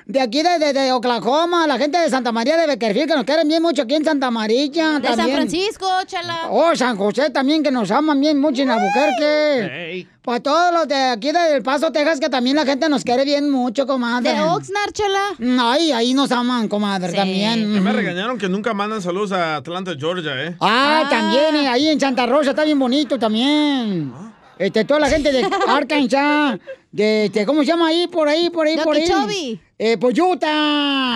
Speaker 2: De aquí, de, de- de Oklahoma, la gente de Santa María de Beckerfield, que nos quieren bien mucho aquí en Santa María.
Speaker 5: De San Francisco, chala.
Speaker 2: Oh, San José también, que nos aman bien mucho en Albuquerque.
Speaker 5: Ey.
Speaker 2: Para todos los de aquí del Paso, Texas, que también la gente nos quiere bien mucho, comadre.
Speaker 5: De
Speaker 2: Oxnard, chela. Ay, ahí nos aman, comadre, también. mm.
Speaker 3: Ya me
Speaker 2: Ujú.
Speaker 3: regañaron que nunca mandan saludos a Atlanta, Georgia, ¿eh?
Speaker 2: Ah, también, eh, ahí en Santa Rosa está bien bonito también.
Speaker 5: Ah.
Speaker 2: Este, toda la gente de Arkansas, de, este, ¿cómo se llama ahí? Por ahí, por ahí,
Speaker 5: De
Speaker 2: por ahí.
Speaker 5: Okeechobee. Ah.
Speaker 2: Eh, por Utah.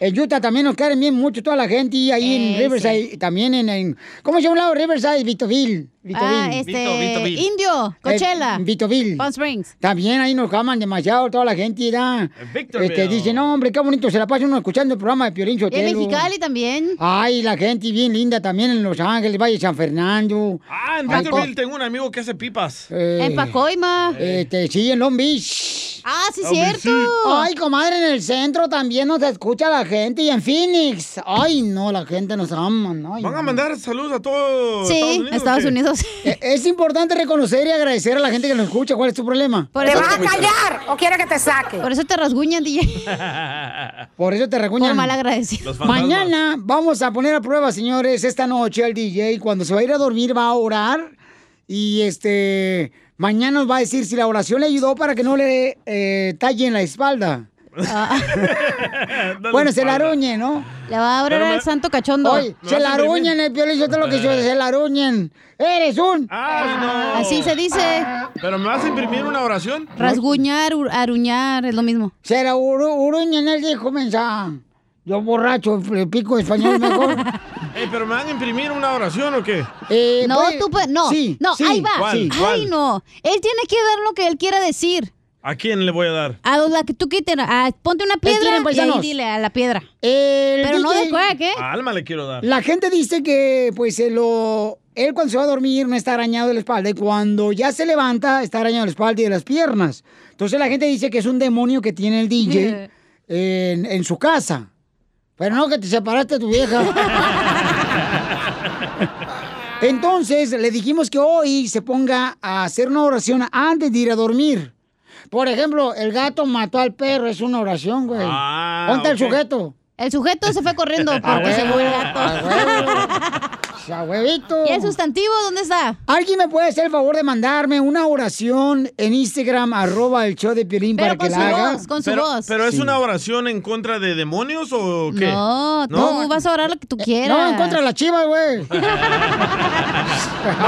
Speaker 2: En Utah también nos quieren bien mucho toda la gente y ahí en
Speaker 5: Eh,
Speaker 2: Riverside, también en, en- ¿cómo se llama un lado? Riverside, Vitoville.
Speaker 5: Ah,
Speaker 2: Vitoville.
Speaker 5: este, Indio, Coachella.
Speaker 2: Eh, Vitoville. Palm
Speaker 5: Springs.
Speaker 2: También ahí nos aman demasiado toda la gente, ¿verdad?
Speaker 5: Victorville.
Speaker 2: Este, dice, no, hombre, qué bonito se la pasa uno escuchando el programa de Piorín
Speaker 5: Y en
Speaker 2: Sotelo.
Speaker 5: Mexicali también.
Speaker 2: Ay, la gente bien linda también en Los Ángeles, Valle de San Fernando.
Speaker 3: Ah, en
Speaker 2: Ay,
Speaker 3: Victorville tengo un amigo que hace pipas.
Speaker 2: Eh,
Speaker 5: Pacoima.
Speaker 2: Este, sí, en Long Beach.
Speaker 5: Ah, sí,
Speaker 3: Long Beach,
Speaker 5: cierto. sí.
Speaker 2: Ay, comadre, en el centro también nos escucha la gente y en Phoenix. Ay, no, la gente nos ama. Ay,
Speaker 3: Van a
Speaker 2: no.
Speaker 3: mandar saludos a todos. ¿qué?
Speaker 2: Eh, Es importante reconocer y agradecer a la gente que nos escucha. ¿Cuál es tu problema?
Speaker 5: Por ¿Te eso- vas a
Speaker 2: callar o quieres que te saque?
Speaker 5: Por eso te rasguñan, DJ.
Speaker 2: Por eso te recuñan.
Speaker 5: Por mal agradecido. Los fantasmas.
Speaker 2: Mañana vamos a poner a prueba, señores, esta noche al DJ. Cuando se va a ir a dormir va a orar. Y este, mañana nos va a decir si la oración le ayudó para que no le eh, tallen la espalda. bueno, se la aruñe, ¿no?
Speaker 5: Ah, Le va a orar al santo cachondo.
Speaker 2: Oye,
Speaker 5: Me
Speaker 2: se
Speaker 5: vas a
Speaker 2: la
Speaker 5: imprimir.
Speaker 2: aruñen, el piolín, yo te lo que yo, se la aruñen. ¡Eres un!
Speaker 5: Así se dice.
Speaker 3: ¿Pero me vas a imprimir una oración?
Speaker 5: Rasguñar, ur- aruñar, es lo mismo.
Speaker 2: Se la aruñen, él dijo, mensa. Yo borracho, le pico español mejor.
Speaker 3: Ey, ¿Pero me van a imprimir una oración o qué?
Speaker 2: Eh,
Speaker 5: no, tú, pe- no, no, ahí va,
Speaker 3: ¿Cuál?
Speaker 5: ahí
Speaker 3: ¿Cuál?
Speaker 5: no. Él tiene que dar lo que él quiera decir.
Speaker 3: ¿A quién le voy a dar?
Speaker 5: A la que tú quites, a- ponte una piedra
Speaker 2: Estiren,
Speaker 5: y ahí
Speaker 2: paisanos.
Speaker 5: dile a la piedra.
Speaker 2: Pero
Speaker 5: no de cuac, ¿eh?
Speaker 3: A Alma le quiero dar.
Speaker 2: La gente dice que, pues, eh, lo... él cuando se va a dormir no está arañado de la espalda y cuando ya se levanta está arañado de la espalda y de las piernas. Entonces la gente dice que es un demonio que tiene el DJ en, en su casa. Pero no que te separaste de tu vieja. Entonces le dijimos que hoy se ponga a hacer una oración antes de ir a dormir. Por ejemplo, el gato mató al perro, es una oración, güey. ¿Dónde está
Speaker 5: ok.
Speaker 2: el sujeto?
Speaker 5: El sujeto se fue corriendo
Speaker 2: Ah,
Speaker 5: porque se
Speaker 2: huevo,
Speaker 5: fue el gato.
Speaker 2: Ya, huevito.
Speaker 5: ¿Y el sustantivo dónde está?
Speaker 2: ¿Alguien me puede hacer el favor de mandarme una oración en Instagram, arroba el show de Piolín
Speaker 5: Pero
Speaker 2: para
Speaker 5: con
Speaker 2: que la
Speaker 5: su
Speaker 2: haga?
Speaker 5: voz, con
Speaker 3: pero, ¿Pero es
Speaker 2: Sí.
Speaker 3: una oración en contra de demonios o qué?
Speaker 5: No, tú vas a orar lo que tú quieras.
Speaker 2: Eh, No, en contra de la chiva, güey.
Speaker 3: Va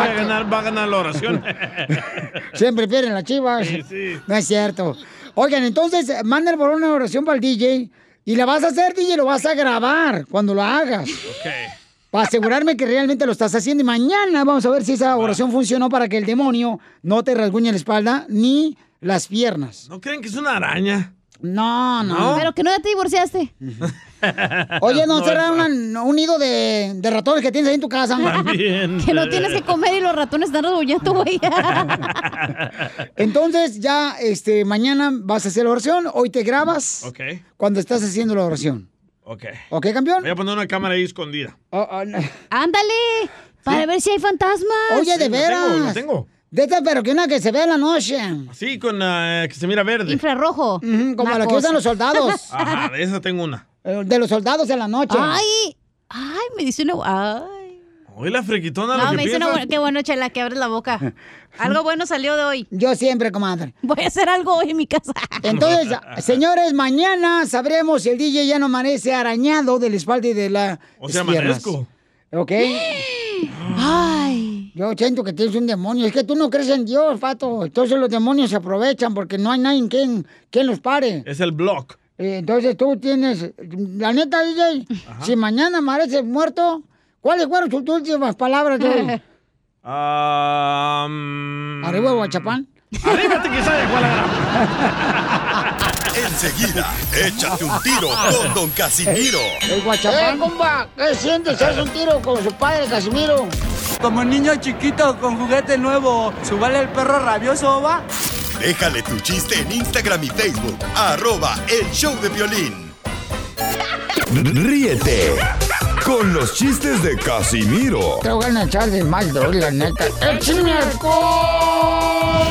Speaker 3: a ganar, va a ganar la oración.
Speaker 2: Siempre pierden las chivas.
Speaker 3: Sí, sí.
Speaker 2: No es cierto. Oigan, entonces, manden por una oración para el DJ. Y la vas a hacer, DJ, lo vas a grabar cuando lo hagas. Para asegurarme que realmente lo estás haciendo. Y mañana vamos a ver si esa oración funcionó para que el demonio no te rasguñe la espalda ni las piernas.
Speaker 3: ¿No creen que es una araña?
Speaker 2: No, no.
Speaker 3: ¿No? Pero
Speaker 2: que no te divorciaste. Oye, no, será una- un nido de, de ratones que tienes ahí en tu casa.
Speaker 3: También. eh.
Speaker 5: Que no tienes que comer y los ratones están rasguñando, güey.
Speaker 2: Entonces, ya este, mañana vas a hacer la oración. Hoy te grabas
Speaker 3: Ok,
Speaker 2: cuando estás haciendo la oración.
Speaker 3: ok.
Speaker 2: ¿Ok, campeón?
Speaker 3: Voy a poner una cámara ahí escondida.
Speaker 2: Oh, oh, no.
Speaker 5: Ándale, para ver si hay fantasmas.
Speaker 2: Oye, de veras.
Speaker 3: Tengo, la tengo.
Speaker 2: De esta, pero que una que se ve en la noche.
Speaker 3: Sí, con la que se mira verde.
Speaker 5: Infrarrojo.
Speaker 2: como la que usan los soldados.
Speaker 3: Ajá, de esa tengo una.
Speaker 2: eh, De los soldados en la noche.
Speaker 5: Ay, ay, me dice una. Ay.
Speaker 3: Hoy la friquitona lo
Speaker 5: No,
Speaker 3: que
Speaker 5: me dice una.
Speaker 3: piensa.
Speaker 5: buena- Qué bueno, Chela, que abres la boca. Algo bueno salió de hoy.
Speaker 2: Yo siempre, comadre.
Speaker 5: Voy a hacer algo hoy en mi casa.
Speaker 2: Entonces, señores, mañana sabremos si el DJ ya no amanece arañado del espalda y de la.
Speaker 3: O sea,
Speaker 2: las piernas.
Speaker 3: amanezco.
Speaker 2: ¿Ok? Ay. Yo siento que tienes un demonio. Es que tú no crees en Dios, pato. Entonces los demonios se aprovechan porque no hay nadie quien, quien los pare.
Speaker 3: Es el block.
Speaker 2: Eh, Entonces tú tienes. La neta, DJ, si mañana amaneces muerto, ¿cuáles fueron tus últimas palabras, tú?
Speaker 3: Ah, mm,
Speaker 2: Arriba, Guachapán.
Speaker 3: Arrímate que sabe cuál era.
Speaker 6: Enseguida, échate un tiro con Don Casimiro.
Speaker 2: El Guachapán. Eh, compa! ¿Qué sientes? ¿Haz un tiro con su padre, Casimiro?
Speaker 11: Como niño chiquito con juguete nuevo, subale el perro rabioso, va.
Speaker 6: Déjale tu chiste en Instagram y Facebook, arroba el show de violín.
Speaker 11: Ríete con los chistes de Casimiro
Speaker 2: Te voy a echar de mal, doy, la neta. ¡Échame alcohol!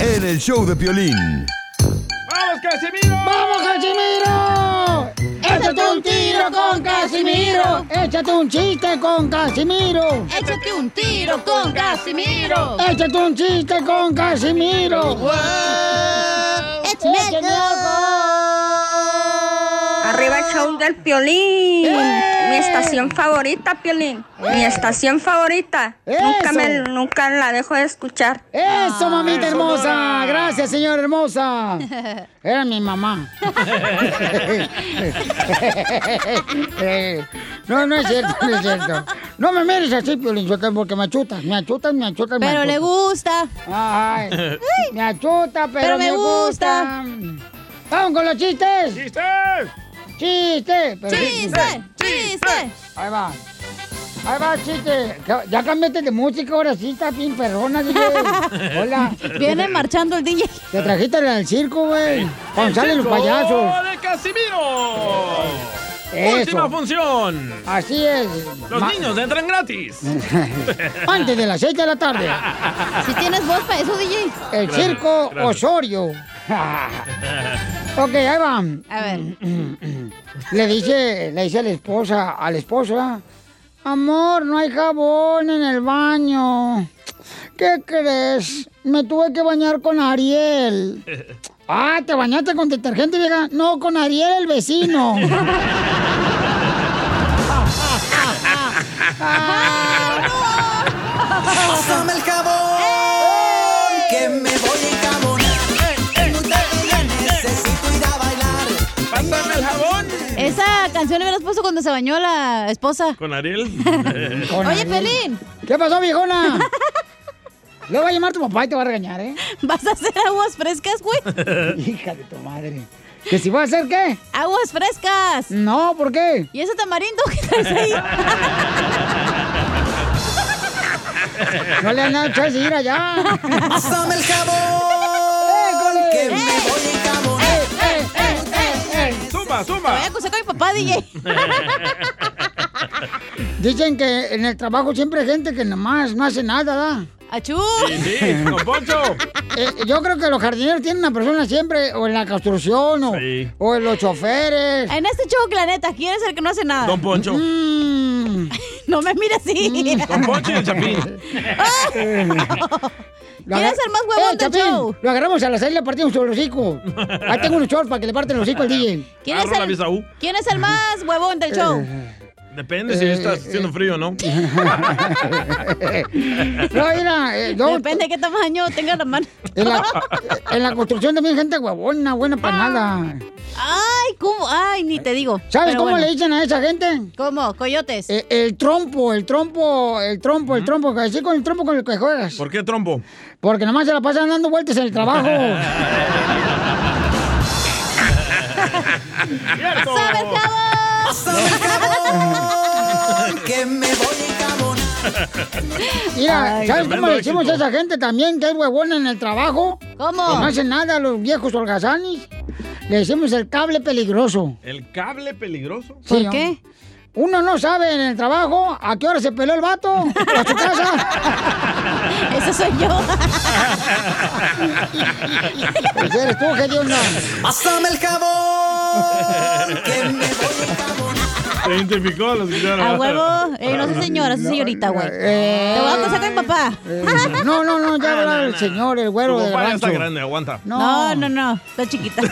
Speaker 11: en el show de Piolín.
Speaker 3: ¡Vamos, Casimiro!
Speaker 2: ¡Vamos, Casimiro! ¡Échate un tiro con Casimiro! Eh, ¡Échate un chiste con Casimiro!
Speaker 5: ¡Échate un tiro con Casimiro!
Speaker 2: ¡Échate un chiste con Casimiro! ¡Échame
Speaker 13: Arriba el show del Piolín. Mi estación favorita, Piolín. Mi estación favorita. Nunca, me,
Speaker 2: Eso.
Speaker 13: nunca la dejo de escuchar.
Speaker 2: ¡Eso, mamita
Speaker 13: Eso,
Speaker 2: hermosa!
Speaker 13: Dora.
Speaker 2: Gracias, señora hermosa. Era mi mamá. Eh, no, no es cierto, no es cierto. No me mires así, Piolín, Sotelo, porque me achutas, me achutas, me achutas, me
Speaker 5: Pero le
Speaker 2: achutas.
Speaker 5: gusta.
Speaker 2: Ay, me achuta, pero,
Speaker 5: Pero me
Speaker 2: me gusta. ¡Vamos con los chistes!
Speaker 3: ¡Chistes!
Speaker 2: ¡Chiste! pero-
Speaker 5: ¡Chiste! ¡Chiste!
Speaker 2: Ahí va. Ahí va, chiste. Ca- Ya cambiaste de música, ahora sí está bien perrona, DJ. Hola.
Speaker 5: Viene marchando el DJ.
Speaker 2: Te trajiste al circo, güey. Cuando salen los
Speaker 3: Circo
Speaker 2: payasos.
Speaker 3: de Casimiro!
Speaker 2: Eso.
Speaker 3: Última función.
Speaker 2: Así es.
Speaker 3: Los
Speaker 2: Ma-
Speaker 3: niños entran gratis.
Speaker 2: Antes de las 6 de la tarde.
Speaker 5: Si tienes voz para eso, DJ.
Speaker 2: El circo Osorio. ok, ahí va.
Speaker 5: A ver.
Speaker 2: Le dice, le dice a la esposa, a la esposa, amor, no hay jabón en el baño. ¿Qué crees? Me tuve que bañar con Ariel. Ah, ¿te bañaste con detergente, vieja? No, con Ariel el vecino.
Speaker 1: Pásame el jabón,
Speaker 5: ¡Eh!
Speaker 1: que me voy a encabonar. No te diga, necesito ir a bailar.
Speaker 3: ¡Pásame el jabón!
Speaker 5: Esa canción le hubieras puesto cuando se bañó la esposa.
Speaker 3: ¿Con Ariel?
Speaker 5: Oye, Pelín.
Speaker 2: ¿Qué pasó, viejona? Luego va a llamar tu papá y te va a regañar, ¿eh?
Speaker 5: ¿Vas a hacer aguas frescas, güey?
Speaker 2: Hija de tu madre. ¿Que si voy a hacer qué?
Speaker 5: ¡Aguas frescas!
Speaker 2: No, ¿por qué?
Speaker 5: ¿Y ese tamarindo que traes ahí?
Speaker 2: No le han dado chance de ir allá.
Speaker 1: Pásame el jabón. que me
Speaker 5: ¡Eh!
Speaker 1: voy en jabón.
Speaker 2: ¡Eh!
Speaker 3: Zumba,
Speaker 5: Te ¡Eh! voy a acusar con mi papá, DJ.
Speaker 2: Dicen que en el trabajo siempre hay gente que nomás no hace nada, ¿da?
Speaker 5: ¡Achú!
Speaker 3: Sí, sí, don Poncho.
Speaker 2: yo creo que los jardineros tienen una persona siempre, o en la construcción, o, o en los choferes.
Speaker 5: En este show, la neta, ¿quién es el que no hace nada? Mm.
Speaker 3: Don Poncho. Mm,
Speaker 5: No me mires así.
Speaker 3: Don Poncho y el Chapín.
Speaker 5: ¡Ah! ¿Quieres ser más huevón
Speaker 2: Eh,
Speaker 5: del
Speaker 2: Chapín,
Speaker 5: show?
Speaker 2: Lo agarramos a las seis y le partimos sobre el hocico. Ahí tengo un short para que le parten el hocico al DJ.
Speaker 5: ¿Quién es,
Speaker 3: Abro la
Speaker 5: el,
Speaker 3: visa U.
Speaker 5: ¿Quién es el más huevón del
Speaker 2: Eh,
Speaker 5: show?
Speaker 3: Depende si está haciendo frío o no.
Speaker 2: No, mira, eh, yo-
Speaker 5: Depende de qué tamaño tenga la mano.
Speaker 2: En la, en la construcción también hay gente huevona, buena para nada.
Speaker 5: Ah. Ay, ¿cómo? Ay, ni te digo.
Speaker 2: ¿Sabes
Speaker 5: Pero
Speaker 2: cómo
Speaker 5: bueno.
Speaker 2: le dicen a esa gente? Eh,
Speaker 5: ¿Cómo? ¿Coyotes?
Speaker 2: El, trompo, el trompo, el trompo, el trompo. Así con el trompo con el que juegas.
Speaker 3: ¿Por qué trompo?
Speaker 2: Porque nomás se la pasan dando vueltas en el trabajo.
Speaker 1: ¡Pásame el jabón! ¡Pásame el jabón! ¡Que me voy en jabón!
Speaker 2: Mira,
Speaker 1: Ay,
Speaker 2: ¿sabes cómo
Speaker 1: tremendo
Speaker 2: le decimos
Speaker 1: éxito.
Speaker 2: a esa gente también que es huevona en el trabajo?
Speaker 5: ¿Cómo?
Speaker 2: Que no hacen nada los viejos holgazanes. Le decimos el cable peligroso.
Speaker 3: ¿El cable peligroso?
Speaker 2: Sí, ¿no? Uno no sabe en el trabajo a qué hora se peló el vato a su casa.
Speaker 5: Eso soy yo.
Speaker 2: Pues eres tú, que Dios
Speaker 1: ¡Pásame el jabón! ¡Que me
Speaker 3: Se identificó a los que Ah,
Speaker 5: A huevo. Eh, no soy señora, soy señorita, güey.
Speaker 2: eh,
Speaker 5: Te voy a acusar con mi papá.
Speaker 2: No, no, no, ya habla el señor, el güero
Speaker 3: Tu
Speaker 2: del
Speaker 3: papá ya
Speaker 2: rancho.
Speaker 3: está grande, aguanta.
Speaker 2: No.
Speaker 5: No, no, no. Está chiquita.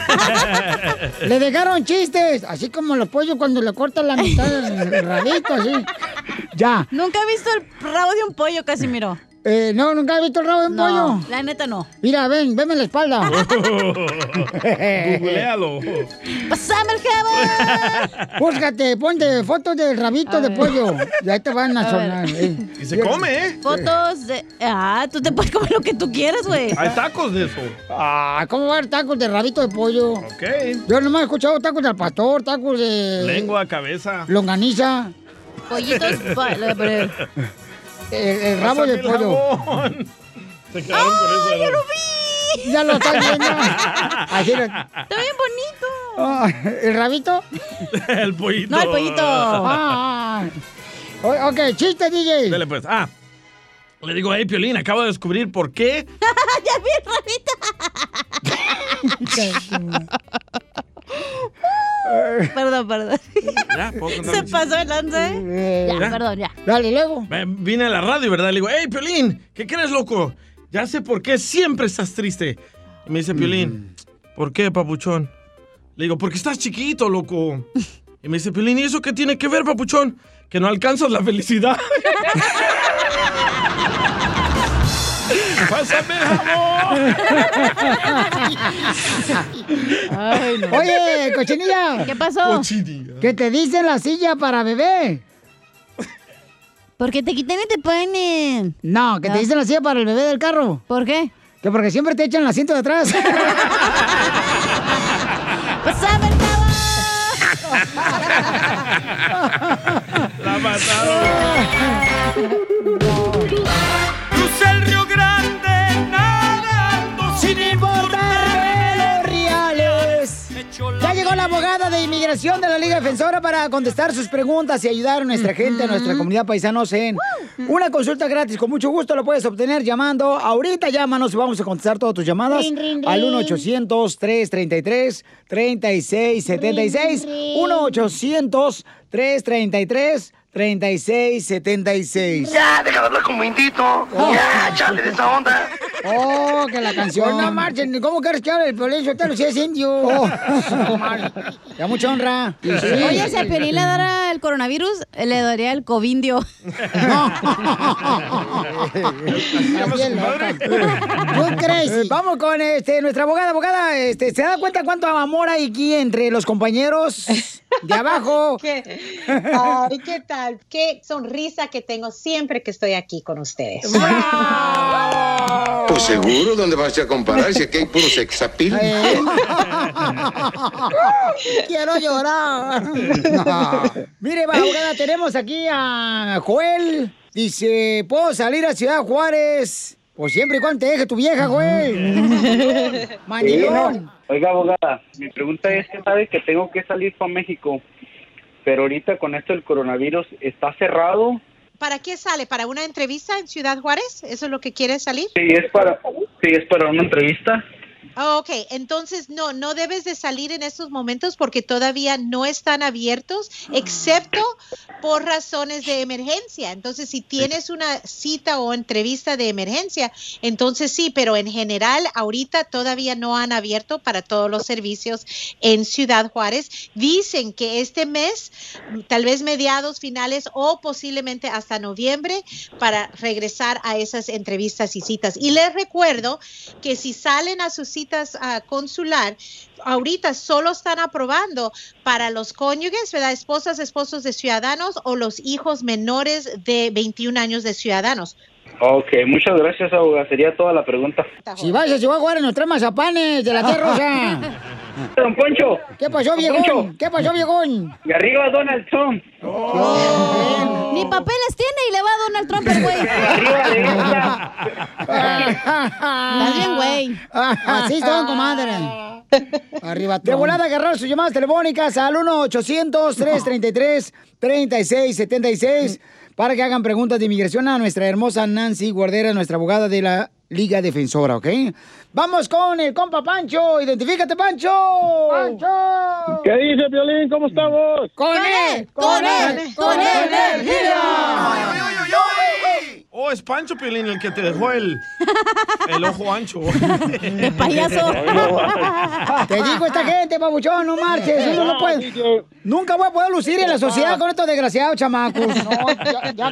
Speaker 2: Le dejaron chistes, así como los pollos cuando le cortan la mitad del rabito, así. Ya.
Speaker 5: Nunca he visto el rabo de un pollo, Casimiro.
Speaker 2: Eh, no, nunca he visto el rabo de un
Speaker 5: No,
Speaker 2: pollo.
Speaker 5: La neta no.
Speaker 2: Mira, ven, venme la espalda.
Speaker 3: Googlealo.
Speaker 5: ¡Pásame el jabón!
Speaker 2: Búscate, ponte fotos del rabito de pollo. Ya te van a,
Speaker 5: A
Speaker 2: sonar.
Speaker 5: ver.
Speaker 2: eh.
Speaker 3: Y se come, ¿eh?
Speaker 5: Fotos de. Ah, tú te puedes comer lo que tú quieras, güey.
Speaker 3: Hay tacos de eso.
Speaker 2: Ah, ¿cómo va a haber tacos de rabito de pollo?
Speaker 3: Ok.
Speaker 2: Yo nomás he escuchado tacos del pastor, tacos de...
Speaker 3: Lengua, cabeza.
Speaker 2: Longaniza.
Speaker 5: Pollitos. pa- la- pero-
Speaker 2: El, eh, el rabo de
Speaker 3: Pásame el
Speaker 2: pollo.
Speaker 3: jabón. Se quedaron con eso.
Speaker 5: ¡Ya
Speaker 3: ¿verdad?
Speaker 5: lo vi!
Speaker 2: Ya lo estás viendo. Así lo-
Speaker 5: Está bien bonito.
Speaker 2: Ah, ¿El rabito?
Speaker 3: el pollito.
Speaker 5: No, el pollito.
Speaker 2: Ah. O- ok, chiste, DJ.
Speaker 3: Dale pues. Ah. Le digo, hey, Piolín, acabo de descubrir por qué.
Speaker 5: ya vi el rabito. Perdón, perdón.
Speaker 3: Ya, ¿puedo contar
Speaker 5: Se
Speaker 3: mi
Speaker 5: pasó el lanza, ¿eh? Ya,
Speaker 3: Ya.
Speaker 5: perdón, ya.
Speaker 2: Dale, luego.
Speaker 3: Me- Eh, Vine a la radio, ¿verdad? Le digo, hey, Piolín, ¿qué crees, loco? Ya sé por qué siempre estás triste. Y me dice Piolín, ¿por qué, papuchón? Le digo, porque estás chiquito, loco. Y me dice Piolín, ¿y eso qué tiene que ver, papuchón? Que no alcanzas la felicidad. ¡Pásame el
Speaker 5: Ay, no.
Speaker 2: Oye, cochinilla.
Speaker 5: ¿Qué pasó? Cochinilla.
Speaker 2: Que te dicen la silla para bebé.
Speaker 5: Porque te quitan y te ponen. Ah.
Speaker 2: No, que te dicen la silla para el bebé del carro.
Speaker 5: ¿Por qué?
Speaker 2: Que porque siempre te echan el asiento de atrás.
Speaker 5: ¡Pásame el jabón!
Speaker 3: ¡La mataron!
Speaker 1: Crucé el Río Grande nadando
Speaker 2: sin importar los reales. Ya llegó la abogada de inmigración de la Liga Defensora para contestar sus preguntas y ayudar a nuestra gente, a nuestra comunidad paisanos en una consulta gratis. Con mucho gusto lo puedes obtener llamando. Ahorita llámanos y vamos a contestar todas tus llamadas
Speaker 1: Rin, rin, rin.
Speaker 2: al 1-800-333-3676. 1-800-333-3676.
Speaker 1: Ya, deja de hablar con Mindito. Ya, chale de esa onda.
Speaker 2: Oh, que la canción. No marchen, ¿cómo quieres que hable el Piolín Sotelo si es indio? Oh. Ya mucha honra.
Speaker 5: Oye, si a Piolín le dará el coronavirus, le daría el covindio.
Speaker 2: Bien loca. Muy crazy. Vamos con este, nuestra abogada. Abogada, este, ¿se da cuenta cuánto amor hay aquí entre los compañeros? De abajo.
Speaker 5: Ah,
Speaker 23: Ay, ¿qué tal? Qué sonrisa que tengo siempre que estoy aquí con ustedes.
Speaker 6: Pues seguro, ¿dónde vas a comparar? Si aquí hay puro sexapil.
Speaker 2: Quiero llorar. Mire, va, abogada, tenemos aquí a Joel. Dice, ¿puedo salir a Ciudad Juárez? Pues siempre y cuando te deje tu vieja, Joel.
Speaker 19: Sí,
Speaker 2: Mandilón.
Speaker 19: no. Oiga, abogada, mi pregunta es que sabe que tengo que salir para México, pero ahorita con esto del coronavirus está cerrado.
Speaker 23: ¿Para qué sale? ¿Para una entrevista en Ciudad Juárez? ¿Eso es lo que quiere salir?
Speaker 19: Sí, es para, sí, es para una entrevista.
Speaker 23: Oh, ok, entonces no, no debes de salir en estos momentos porque todavía no están abiertos, excepto por razones de emergencia. Entonces, si tienes una cita o entrevista de emergencia, entonces sí, pero en general ahorita todavía no han abierto para todos los servicios en Ciudad Juárez. Dicen que este mes, tal vez mediados, finales o posiblemente hasta noviembre, para regresar a esas entrevistas y citas. Y les recuerdo que si salen a sus citas ah, consular, ahorita solo están aprobando para los cónyuges, ¿verdad? Esposas, esposos de ciudadanos o los hijos menores de 21 años de ciudadanos.
Speaker 19: Ok, muchas gracias, abogada. Sería toda la pregunta.
Speaker 2: Si vas a Ciudad Juárez, nos traes mazapanes de la tierra rosa.
Speaker 19: Don Poncho.
Speaker 2: ¿Qué pasó,
Speaker 19: Don
Speaker 2: viejón?
Speaker 19: Poncho.
Speaker 2: ¿Qué pasó, viejón?
Speaker 19: Y arriba Donald Trump.
Speaker 2: Oh.
Speaker 5: Ni papeles tiene y le va a Donald Trump el güey.
Speaker 2: Estás
Speaker 5: bien, güey.
Speaker 2: Ah, Así son, comadre. Arriba De volada agarrar sus llamadas telefónicas al 1-800-333-3676 para que hagan preguntas de inmigración a nuestra hermosa Nancy Guardera, nuestra abogada de la Liga Defensora, ¿ok? Vamos con el compa Pancho. Identifícate, Pancho. Pancho.
Speaker 24: ¿Qué dice, Violín? ¿Cómo estamos?
Speaker 2: Con él, con él, con él,
Speaker 3: Oh, es Pancho Piolín el que te dejó el, el ojo ancho.
Speaker 2: De payaso. Te digo esta gente, babuchón, no marches. Uno no puede. Nunca voy a poder lucir en la
Speaker 24: "Ah".
Speaker 2: sociedad con estos desgraciados chamacos. A ver,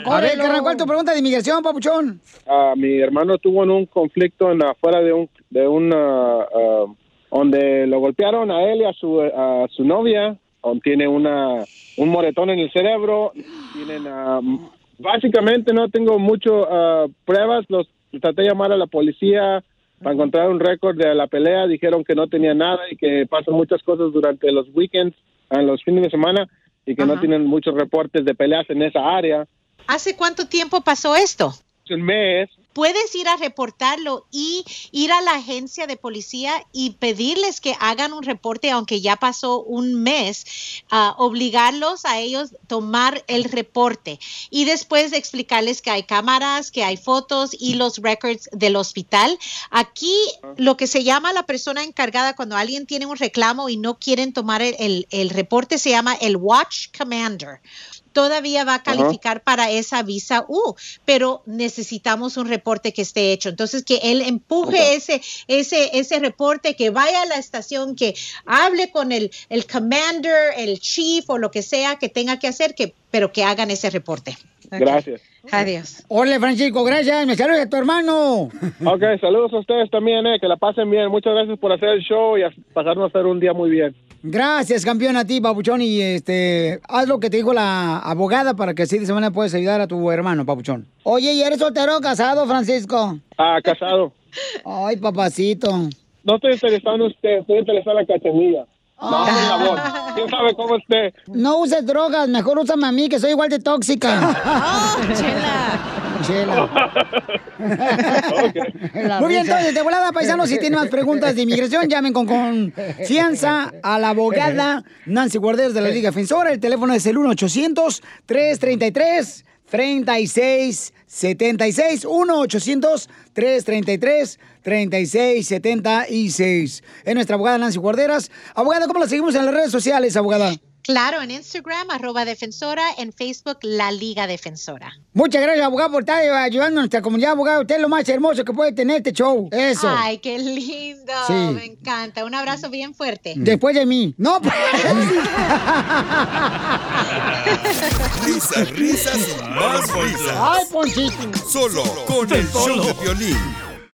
Speaker 24: córrelo.
Speaker 2: carnal, ¿cuál es tu pregunta de inmigración, papuchón?
Speaker 24: Ah, mi hermano tuvo en un conflicto en afuera de un de una ah, donde lo golpearon a él y a su a su novia aún tiene una un moretón en el cerebro tienen ah, m- básicamente no tengo mucho ah, pruebas los traté de llamar a la policía para encontrar un récord de la pelea dijeron que no tenía nada y que pasan muchas cosas durante los weekends en los fines de semana y que no tienen muchos reportes de peleas en esa área
Speaker 23: ¿Hace cuánto tiempo pasó esto?
Speaker 24: un mes
Speaker 23: Puedes ir a reportarlo y ir a la agencia de policía y pedirles que hagan un reporte, aunque ya pasó un mes, ah, obligarlos a ellos tomar el reporte y después explicarles que hay cámaras, que hay fotos y los records del hospital. Aquí lo que se llama la persona encargada cuando alguien tiene un reclamo y no quieren tomar el- el- el reporte se llama el watch commander todavía va a calificar para esa visa U, pero necesitamos un reporte que esté hecho. Entonces, que él empuje ese, ese, ese reporte, que vaya a la estación, que hable con el, el commander, el chief o lo que sea que tenga que hacer, que, pero que hagan ese reporte.
Speaker 24: gracias
Speaker 23: Adiós.
Speaker 2: Orle, Francisco, gracias. Me saludas a tu hermano.
Speaker 24: Ok, saludos a ustedes también, eh, que la pasen bien. Muchas gracias por hacer el show y a- pasarnos a hacer un día muy bien.
Speaker 2: Gracias, campeón, a ti, papuchón. Y este, haz lo que te dijo la abogada para que así de semana puedes ayudar a tu hermano, papuchón. Oye, ¿y eres soltero o casado, Francisco?
Speaker 24: Ah, casado.
Speaker 2: Ay, papacito.
Speaker 24: No estoy interesado en usted, estoy interesado en la cachanilla. No, por favor. ¿Quién sabe cómo esté?
Speaker 2: No uses drogas, mejor úsame a mí, que soy igual de tóxica. Chela. Muy bien, entonces, de volada, paisanos, si tienen más preguntas de inmigración, llamen con confianza a la abogada Nancy Guarderos de la Liga Defensora. El teléfono es el 1-800-333-3676. 1-800-333-3676. Es nuestra abogada Nancy Guarderas. Abogada, ¿cómo la seguimos en las redes sociales, abogada?
Speaker 23: Claro, en Instagram, arroba defensora, en Facebook, la Liga Defensora.
Speaker 2: Muchas gracias, abogado, por estar ayudando a nuestra comunidad, abogado. Usted es lo más hermoso que puede tener este show. Eso.
Speaker 23: Ay, qué lindo.
Speaker 2: Sí.
Speaker 23: Me encanta. Un abrazo bien fuerte.
Speaker 2: Después de mí. No, pues.
Speaker 1: Risas, risas y más risas.
Speaker 2: Ponchito!
Speaker 1: Solo con el show de violín.